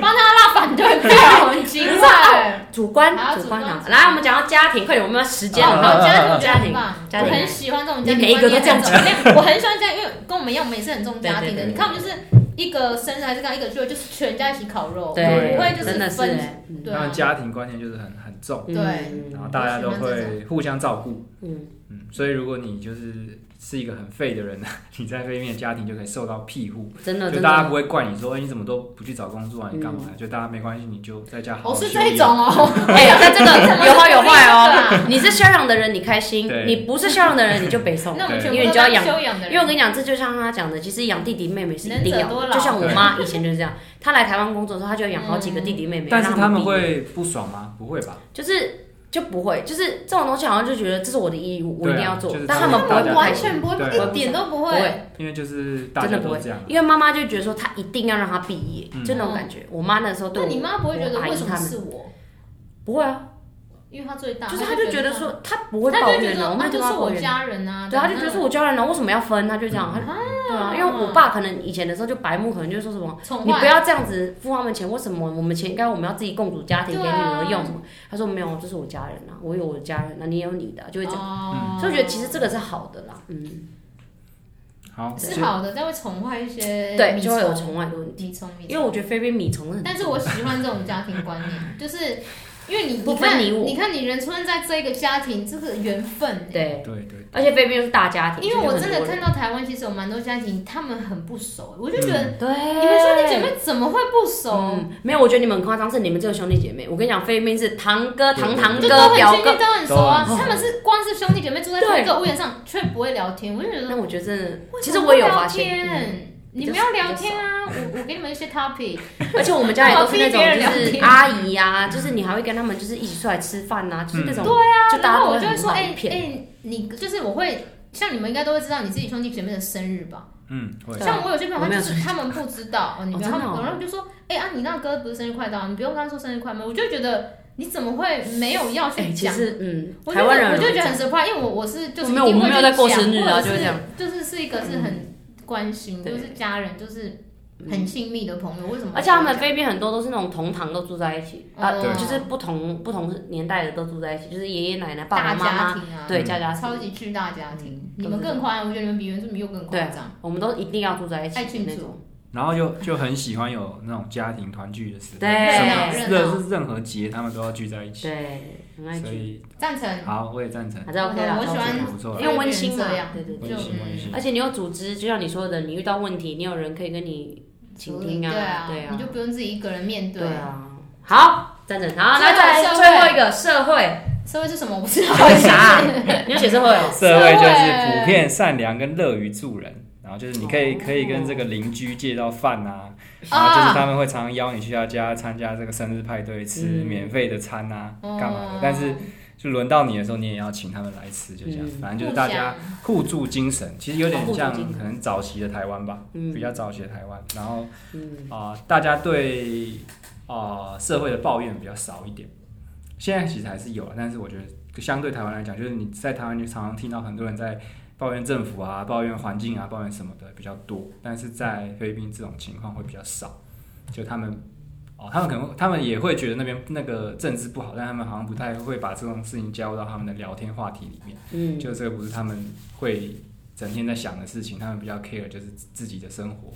S3: 帮他拉反对 票？很奇怪。
S1: 主观
S3: 好，
S1: 主观
S3: 主
S1: 啊
S3: 观！
S1: 来，我们讲到家庭，快点，我们要时间
S3: 然
S1: 了。
S3: 后家庭
S1: 家庭
S3: 家
S1: 家
S3: 庭，
S1: 庭
S3: 我很喜欢这种家
S1: 你
S3: 庭
S1: 每一
S3: 观
S1: 个都
S3: 念，
S1: 这样讲
S3: 没有我很喜欢这样，因为跟我们一样，我们也是很重家庭的。
S1: 对对对
S3: 你看，我们就是一个生日还是刚一个聚会，就是全家一起烤肉，
S1: 对，
S3: 不会就是
S1: 真的是
S3: 分，
S1: 欸嗯
S3: 对
S4: 他
S3: 啊
S4: 们，家庭观念就是很很重，
S3: 对
S1: 嗯
S4: 然后大家都
S3: 我喜欢
S4: 会互相照顾，
S1: 嗯，
S4: 嗯，所以如果你就是是一个很废的人，啊 你在对面家庭就可以受到庇护，
S1: 真的，
S4: 就
S1: 真
S4: 大家不
S1: 的，
S4: 会怪你说，哎、你怎么都不去找工作啊？你干嘛？就大家没关系，你就在家好
S3: 我
S4: 好
S3: 哦
S4: 休
S3: 是
S4: 息。啊
S3: 这一种哦，
S1: 哎，那这个有好有坏
S3: 对
S1: 哦。你是肖嚷的人，你开心；
S4: 对
S1: 你不是肖嚷的人，你就北宋。
S3: 那我们全
S1: 因为
S3: 部
S1: 你
S3: 都
S1: 就要
S3: 当
S1: 养，
S3: 修养的人，
S1: 因为我跟你讲，这就像他讲的，其实养弟弟妹妹是一定
S3: 能者多
S1: 要的。
S3: 劳
S1: 就像我妈以前就是这样，她来台湾工作的时候，她就养好几个弟弟妹妹，
S4: 但是
S1: 让
S4: 他们
S1: 毕业
S4: 会不爽吗？不会吧？
S1: 就是就不会，就是这种东西好像就觉得这是我的义务，我一定要做
S4: 对啊就，是
S1: 但
S4: 他
S1: 他
S4: 们
S1: 们不会
S4: 大家
S1: 不
S3: 完
S1: 开心。
S3: 全不会，
S4: 对
S3: 一点都不
S1: 不会
S3: 会。
S4: 因为就是大
S1: 真
S4: 家
S1: 的不
S4: 都
S1: 会
S4: 这样，，
S1: 因为妈妈就觉得说她一定要让她毕业，
S4: 嗯
S1: 就那种感觉。我妈那时候对
S3: 那
S1: 我，
S3: 你妈不会觉得
S1: 我阿姨
S3: 为什么
S1: 她们
S3: 是我？
S1: 不会啊，
S3: 因为她最大，
S1: 就是
S3: 啊她
S1: 她就觉得说她不会
S3: 她
S1: 抱
S3: 就觉
S1: 怨
S3: 得
S1: 的，我
S3: 啊
S1: 妈
S3: 就
S1: 就是抱
S3: 我
S1: 怨。
S3: 家嗯人啊，
S1: 对，她就觉得是我家人了，为什么要分？她就这样，她就对啊，因为我爸可能以前的时候就白目，可能就说什么。
S3: 宠
S1: 你
S3: 坏
S1: 不要这样子付他们钱，为什么我们钱应该我们要自己共组家庭给
S3: 对
S1: 女
S3: 啊
S1: 儿用嘛？他说没有，这是我家人啊，我有我的家人，那你也有你的啊，就会这样。
S3: 哦
S1: 所以我觉得其实这个是好的啦，嗯，
S4: 好，
S3: 是好的，但会宠坏一些
S1: 对，
S3: 米
S1: 就会有
S3: 虫
S1: 宠爱的问题。
S3: 米虫米虫
S1: 因为我觉得菲律宾米虫很，
S3: 但是我喜欢这种家庭观念， 就是因为你
S1: 不
S3: 你看
S1: 分你我
S3: 看你人出生在这个家庭，这个缘分、欸。
S1: 对，
S4: 对对，
S1: 而且菲律宾又是大家庭，
S3: 因为我真的
S1: 就是很多人嗯
S3: 看到台湾，其实有蛮多家庭，他们很不熟，我就觉得、
S1: 对，
S3: 你们兄弟姐妹怎么会不熟？
S1: 嗯，没有，我觉得你们很夸张，是你们只有兄弟姐妹。我跟你讲，菲律宾是堂哥、堂堂
S3: 就
S4: 对
S3: 都
S1: 哥、
S3: 很
S1: 表
S3: 亲
S1: 哥
S3: 近，。都很熟啊。
S4: 都很熟
S3: 他们是光是兄弟姐妹住在同一个屋檐上，却不会聊天，我就觉
S1: 那
S3: 得
S1: 我觉得真的，
S3: 为
S1: 其
S3: 什
S1: 实
S3: 么
S1: 我
S3: 不
S1: 有
S3: 聊
S1: 发现，嗯
S3: 天。你们要聊天啊！我我给你们一些 topic，
S1: 而且我们家也都是 那种
S3: 我逼别人聊
S1: 就是
S3: 天
S1: 阿姨呀，就是你还会跟他们就是一起出来吃饭呐，就是
S4: 嗯
S1: 那种对
S3: 啊
S1: 就
S3: 然
S1: 大家
S3: 后
S1: 都
S3: 我
S1: 会
S3: 就会
S1: 很
S3: 说，
S1: 好
S3: 哎
S1: 骗。
S3: 哎，你就是我会，像你们应该都会知道你自己兄弟姐妹的生日吧？
S4: 嗯，会
S1: 对啊
S3: 像我有些朋
S1: 我
S3: 友，他
S1: 没
S3: 就
S1: 有
S3: 是他们不知道，哦，你不要，
S1: 哦
S3: 他
S1: 真
S3: 们
S1: 的哦
S3: 然后就说，哎、啊，你那哥不是生日快到，你不用跟他说生日快吗？我就觉得你怎么会没有要去
S1: 哎，其
S3: 讲？
S1: 实嗯，
S3: 我
S1: 台
S3: 就
S1: 湾
S3: 我
S1: 人
S3: 就觉得很 surprise，因为我我是就
S1: 我
S3: 是
S1: 没有
S3: 一定
S1: 我
S3: 会
S1: 没有
S3: 去
S1: 在过
S3: 讲
S1: 生日啊
S3: 或者
S1: 就会这样嗯
S3: 是就是是一个是很关心，
S1: 对
S3: 就是家人，就是很亲密的朋友，为什么？
S1: 而且他们菲律宾很多都是那种同堂都住在一起，啊
S3: 哦，
S4: 对
S1: 就是不同不同年代的都住在一起，就是爷爷奶奶、爸爸
S3: 大
S1: 妈
S3: 家
S1: 妈，
S3: 庭啊，
S1: 对，家家
S3: 超
S1: 户户
S3: 级巨大家庭
S1: 嗯，
S3: 你们
S1: 都是这
S3: 更夸张，我觉得你们比原住民又更夸
S1: 对
S3: 张。，
S1: 我们都一定要住在一
S3: 爱
S1: 起
S3: 庆
S1: 的那
S3: 祝
S1: 种。
S4: 然后就就很喜欢有那种家庭团聚的时候，
S1: 对
S4: 什么
S3: 热闹
S4: 任任何节他们都要聚在一起，
S1: 对，很爱
S4: 所
S1: 去，
S4: 以
S3: 赞成，
S4: 好，我也赞成，
S1: 还是啊 OK 啦。
S3: 嗯我喜
S1: 照
S3: 欢
S1: 顾
S4: 不错
S1: 因为
S4: 啦，
S1: 温馨嘛
S3: 这样，
S1: 对对对
S3: 就
S4: 温馨
S3: 嗯
S4: 温馨
S1: 而且你有组织，就像你说的，你遇到问题，你有人可以跟你倾听
S3: 对
S1: 啊，，
S3: 啊
S1: 对
S3: 你就不用自己一个人面对
S1: 对。啊。好，赞成。好，来
S3: 最后
S1: 再
S3: 社
S1: 来
S3: 会
S1: 最后一个社会，
S3: 社会是什么？我不知道。
S1: 啥？ 你要写社会 哦？
S3: 社
S4: 社
S3: 会
S4: 会就是普遍善良跟乐于助人，然后就是你可以
S1: 哦
S4: 可以跟这个邻居借到饭啊，然后就是他们会常常邀你去他家参加这个生日派对，吃
S1: 嗯
S4: 免费的餐啊，
S3: 哦
S4: 干嘛的？但是就轮到你的时候，你也要请他们来吃，就这样
S1: 嗯，
S4: 反正 就是大家互助精神，其实有点像
S1: 互助精神
S4: 可能早期的台湾吧，
S1: 嗯
S4: 比较早期的台湾，然后
S1: 嗯，
S4: 啊、大家对啊、社会的抱怨比较少一点。现在其实还是有啊，但是我觉得相对台湾来讲，就是你在台湾就常常听到很多人在抱怨政府啊、抱怨环境啊、抱怨什么的比较多，但是在菲律宾这种情况会比较少，就他们。哦，他们可能他们也会觉得那边那个政治不好，但他们好像不太会把这种事情加入到他们的聊天话题里面。
S1: 嗯，
S4: 就这个不是他们会整天在想的事情，他们比较 care 就是自己的生活。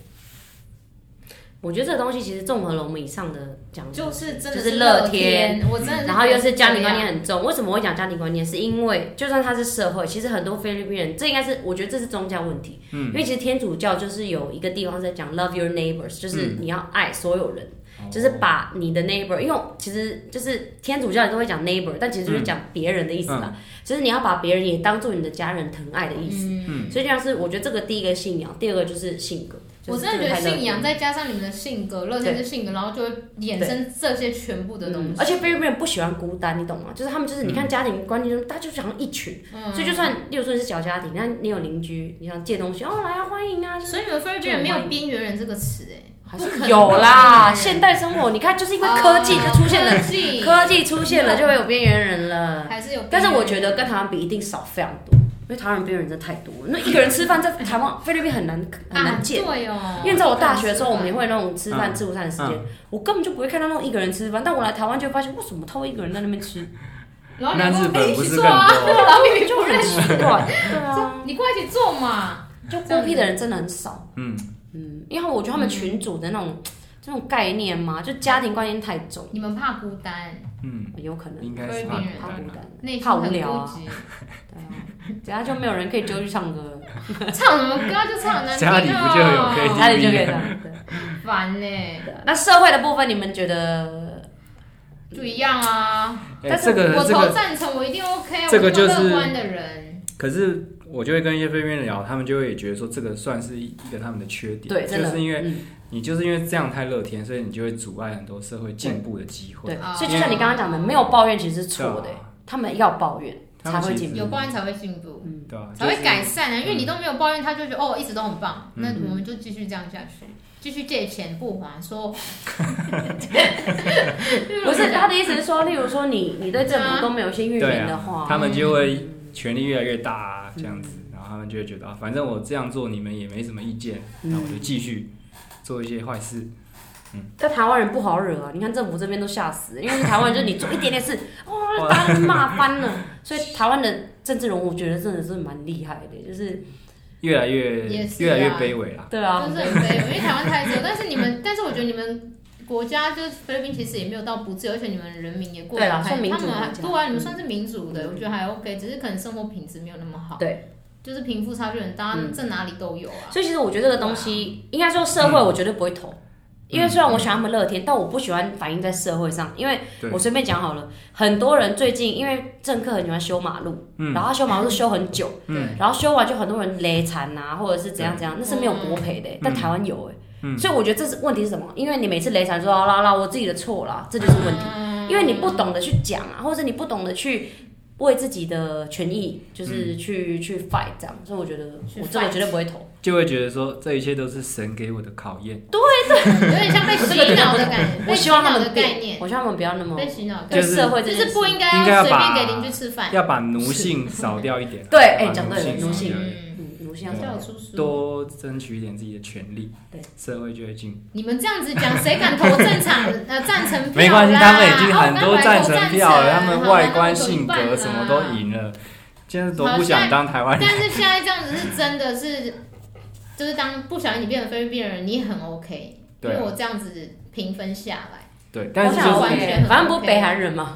S1: 我觉得这个东西其实综合了我们以上的讲的，
S3: 就是真的
S1: 就是
S3: 乐
S1: 乐天，
S3: 我真的是。啊
S1: 然后又是家庭观念，很重。为什么会讲家庭观念？是因为就算它是社会，其实很多菲律宾人，这应该是我觉得这是宗教问题。
S4: 嗯
S1: 因为其实天主教就是有一个地方在讲 love your neighbors，就是你要爱所有人，就是把你的 neighbor，因为其实就是天主教都会讲 neighbor，但其实就是讲别人的意思啦，就是你要把别人也当做你的家人疼爱的意思。
S3: 嗯，
S1: 所以这样是我觉得这个第一个信仰，第二个就是性格。就
S3: 我
S1: 是
S3: 真的觉得
S1: 太乐
S3: 信
S1: 观
S3: 仰再加上你们的性格，乐天是性格，然后就会衍生这些全部的东
S4: 嗯
S3: 西。
S1: 而且菲律宾人不喜欢孤单，你懂吗？就是他们就是你看家庭观念，大家就是好像一群，
S4: 嗯
S1: 所以就算例如说你是小家庭，那你有邻居，你想借东西，哦来啊欢迎啊，就是
S3: 所以你们菲律宾人没有“边缘人”这个词，哎，
S1: 还
S4: 啊
S1: 是有啦。现
S3: 代
S1: 代生活你看就是因为科技就出现了，
S3: 哦科
S4: 嗯
S3: 技
S1: 科技出现了就会有边缘人了。
S3: 还是有边缘人。
S1: 但是我觉得跟台湾比一定少非常多，因为台湾人边缘人真的太多了。那一个人吃饭在台湾菲律宾很难很
S3: 啊
S1: 难，见。
S3: 对哦，
S1: 因为在我大学的时候，我们也
S3: 会
S1: 会那种吃饭
S4: 嗯
S1: 吃午餐的时间，我根本就不会看到那种一个人吃饭。但我来台湾就会发现，为什么他会一个人在那边吃？
S4: 那日本不是更
S3: 啊，
S4: 多？
S3: 然后明明
S1: 就
S3: 就
S1: 很
S3: 认识，
S1: 奇怪，对啊，
S3: 你过来一起做嘛。
S1: 就孤僻的人真的很少，
S4: 嗯，
S1: 嗯，因为我觉得他们群主的那种、这种概念嘛，就家庭观念太重，
S3: 你们怕孤单，
S4: 嗯，
S1: 有可能
S4: 应该是怕孤
S1: 怕孤
S4: 单啊。
S1: 单，
S3: 内心
S1: 怕无
S3: 很
S1: 聊
S3: 孤
S1: 啊，
S3: 寂。
S1: 对啊，等下就没有人可以揪去唱 歌，
S3: 唱什么歌就唱难听
S4: 家里不就有可以
S3: 哦
S1: 家里就可以了。对
S3: 烦呢，
S1: 对啊那社会的部分，你们觉得？
S3: 就一样啊。
S4: 哎
S1: 但是
S4: 这个
S3: 我
S4: 这
S3: 投
S4: 个，
S3: 赞成，我一定 OK，啊
S4: 这个就
S3: 我
S4: 是
S3: 乐观的人。
S4: 可是我就会跟一些菲律宾人聊，他们就会觉得说这个算是一个他们的缺点，
S1: 对，真
S4: 就
S1: 的，
S4: 是因为
S1: 嗯
S4: 你就是因为这样太乐天，所以你就会阻碍很多社会进步的机会
S1: 对，。
S3: 啊
S1: 所以就像你刚刚讲的，没有抱怨其实是错的
S4: 对啊，
S1: 他们要抱怨
S4: 他
S1: 才
S4: 们
S1: 会
S4: 其实
S1: 进步。
S3: 有抱怨才会进步，
S4: 对啊，
S3: 才会
S4: 嗯就是嗯
S3: 改善啊。因为你都没有抱怨，他就觉得哦，一直都很棒。那我们就继续这样下去，继续借钱不还， 说
S1: 不是他的意思是说，例如说你你对政啊嗯府都没有一些怨
S4: 对
S1: 言的
S4: 啊
S1: 话，，
S4: 他们就会权力越来越大啊，这样子，然后他们就会觉得啊，反正我这样做你们也没什么意见，那
S1: 嗯
S4: 我就继续做一些坏事。
S1: 但台湾人不好惹啊！你看政府这边都吓死，因为台湾就是你做一点点事，哇，打人骂翻了。所以台湾的政治人物，我觉得真的是蛮厉害的，就是
S4: 越来越
S3: 也是啊
S4: 越来越卑微啦。
S1: 对
S3: 就
S1: 啊
S3: 是，很卑微，因为台湾太自由。但是你们，但是我觉得你们国家就是菲律宾，其实也没有到不自由，而且你们人民也过得
S1: 对啦
S3: 还
S1: 算民主
S3: 他们还
S1: 国家
S3: 对啊，你们算是民主的，
S1: 嗯
S3: 我觉得还 OK，只是可能生活品质没有那么好。
S1: 对，
S3: 就是贫富差距很大，
S1: 嗯
S3: 这哪里都有啊。
S1: 所以其实我觉得这个东西，应该说社会，我绝对不会投。因为虽然我喜欢他们乐天，但我不喜欢反映在社会上。因为
S4: 对
S1: 我随便讲好了，很多人最近因为政客很喜欢修马路，然后他修马路修很久，
S3: 嗯
S1: 然后修完就很多人勒残啊，或者是怎样怎样，那是没有国赔的欸、但台湾有哎、所以我觉得这是问题是什么？因为你每次雷惨说啦啦啦，我自己的错啦，这就是问题，因为你不懂得去讲啊，或者你不懂得去为自己的权益就是去、去 fight 这样，所以我觉得
S3: 去
S1: 我这个
S3: fight
S1: 绝对不会投。
S4: 就会觉得说这一切都是神给我的考验，
S3: 有点像被洗脑的感觉，
S1: 我
S3: 被洗
S1: 希望他
S3: 脑的
S1: 们
S3: 概
S1: 变，嗯
S3: 念，
S1: 我希望他们不要那么
S3: 被洗脑的概
S1: 对
S4: 就是
S1: 社会这
S3: 念，就
S1: 件
S3: 是
S1: 事
S3: 不应该
S4: 应该要
S3: 随便
S4: 把
S3: 给邻居吃饭。
S4: 要把奴性扫掉一点啊。
S1: 对哎
S4: 把
S1: 讲对了
S4: 奴
S1: 奴性
S4: 性扫掉一点
S3: 嗯，
S1: 嗯，我现在
S4: 对
S1: 这
S3: 叫
S1: 样
S3: 我叔叔。
S4: 多争取一点自己的权利，
S1: 对，
S4: 社会就会进步。
S3: 你们这样子讲，谁敢投正 场呃赞成票啦？
S4: 没关系，他们已经很
S3: 哦
S4: 多
S3: 我刚才
S4: 赞
S3: 投
S4: 成
S3: 成
S4: 票了，他们外观、
S3: 好
S4: 性
S3: 那我有
S4: 格
S3: 一半
S4: 什
S3: 啊
S4: 么都赢了，现在多不想当台湾人
S3: 但。是现在这样子是真的是，就是当不小心你变成菲律宾人，你很 OK，因
S4: 对啊
S3: 为我这样子评分下来，
S4: 对，但
S1: 我
S4: 是就
S1: 想
S4: 是
S3: 完全
S1: OK，
S3: 很
S1: 反正不是
S3: OK
S1: 北韩人嘛，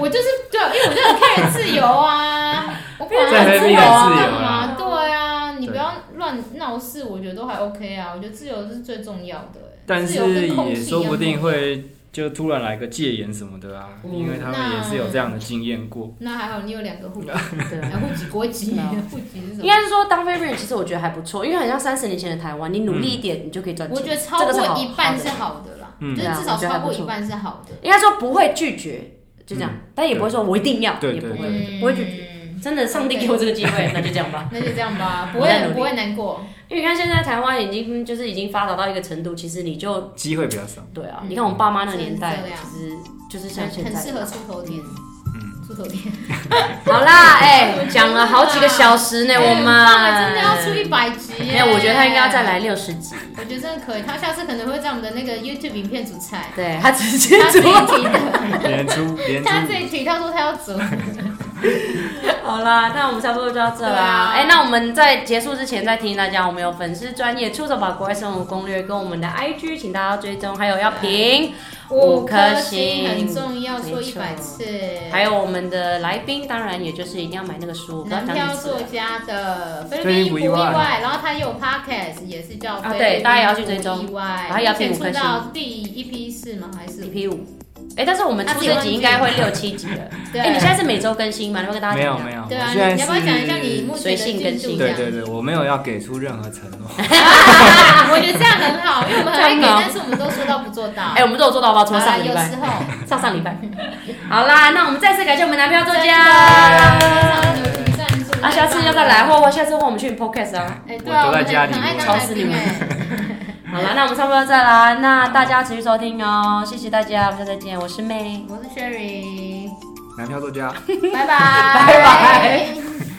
S3: 我就是对，啊因为我就很 care 自由 啊，我管
S1: 在菲律宾有自由
S3: 干嘛？
S4: 啦
S3: 对啊，你不
S4: 对
S3: 要乱闹事，我觉得都还 OK 啊，我觉得自由是最重要的欸、
S4: 但
S3: 自由
S4: 是
S3: 跟空
S4: 也
S3: 气一
S4: 说
S3: 样
S4: 不定会
S2: 就突然来个戒严什么的啊，
S1: 嗯
S2: 因为他们也是有这样的经验过。
S3: 那还好你有两个 户籍，
S1: 对。
S3: 哎户籍国籍，
S1: 对啊
S3: 户籍是什
S1: 应
S3: 么？
S1: 该是说当飞人，其实我觉得还不错，因为很像三十年前的台湾，你努力一点，你就可以赚钱。
S3: 我觉得
S1: 这
S3: 超
S1: 个是好
S3: 过一半
S1: 好
S3: 是
S1: 的
S3: 好的啦，
S2: 嗯
S3: 就是至
S1: 对啊
S3: 少
S1: 我觉得还
S3: 超
S1: 不
S3: 过
S1: 错
S3: 一半是好的。
S1: 应该说不会拒绝，就这样，但也不会说我一定要，
S2: 嗯对
S1: 也不
S2: 对
S1: 会。
S3: 嗯
S1: 不会拒真的，上帝给我这个机会，那就这样吧。
S3: 那就这样 吧，不
S1: 我在努
S3: 会
S1: 力
S3: 不会难过。
S1: 因为你看现在台湾已经就是已经发达到一个程度，其实你就
S2: 机会比较少，
S1: 对啊，
S3: 嗯
S1: 你看我爸妈那个年代
S3: 真的是这，样
S1: 其实就是像现
S3: 很
S1: 在嗯
S3: 适。合出头天，出头天。
S1: 好啦，哎，讲了好几个小时 呢，我
S3: 哎很棒哎真的要出
S1: 们。
S3: 一百集耶。
S1: 没有，我觉得他应该要再来六十集。
S3: 我觉得真的可以，他下次可能会在我们的那个 YouTube 影片煮 菜，
S1: 对他直接
S3: 他自
S1: 出
S3: 己。提 的，
S2: 连 出连出
S3: 他自己提，他说他要煮，
S1: 好啦，那我们差不多就到这
S3: 对
S1: 啦
S3: 啊。
S1: 哎、那我们在结束之前再提醒大家，我们有粉丝专业出手吧国外生活攻略跟我们的 IG，请大家追踪，还有要评，五颗星
S3: 很重要，说
S1: 没
S3: 一
S1: 错
S3: 百次。
S1: 还有我们的来宾，当然也就是一定要买那个书，不要
S3: 南
S1: 讲
S3: 漂
S1: 几次
S3: 作
S1: 了。
S3: 家的菲
S2: 菲
S3: 律
S2: 律宾
S3: 宾不
S2: 不
S3: 意
S2: 意外
S3: 外，然后他也有 podcast，也是叫
S1: 啊
S3: 菲
S1: 对
S3: 律
S1: 大家也要
S3: 宾
S1: 去追踪
S3: 不意外，
S1: 然后也要评
S3: 目
S1: 五颗
S3: 前
S1: 星
S3: 出到第一批是吗？还是
S1: EP 五，哎，但是我们出这集应该会六七集的。
S3: 对？啊
S1: 哎、你现在是每周更新吗？你会跟大家
S2: 没有
S1: 讲
S2: 没
S1: 有。
S2: 有，
S3: 对
S2: 我
S3: 啊，
S2: 现在是
S3: 你要不要讲一下你目前
S1: 随
S3: 的
S1: 性
S3: 进
S1: 更
S3: 度
S1: 新
S3: 这
S2: 对
S3: 样？
S2: 对对，我没有要给出任何承 诺，
S3: 啊我觉得这样很好，因为我们很爱给，
S1: 这样吗
S3: 但是我们都说到不做到。
S1: 哎、我们都有做到吧？除
S3: 好
S1: 了
S3: 啦，
S1: 上个
S3: 有
S1: 礼
S3: 时
S1: 拜，
S3: 候
S1: 上上礼 拜。好啦，那我们再次感谢我们男票作
S3: 真的
S1: 家。
S3: 有你赞助
S1: 啊，下次要再来，或或下次或我们去你 podcast 啊。
S3: 哎，对啊，
S2: 我都在家里
S3: 很爱当
S1: 吵
S3: 来
S1: 死你
S3: 宾
S1: 们
S3: 哎，
S1: 好了，那我们差不多再来，那大家持续收听哦，谢谢大家，我们下次再见，我是妹。
S3: 我是 Sherry，
S2: 男票作家。
S3: 拜拜，
S1: 拜拜。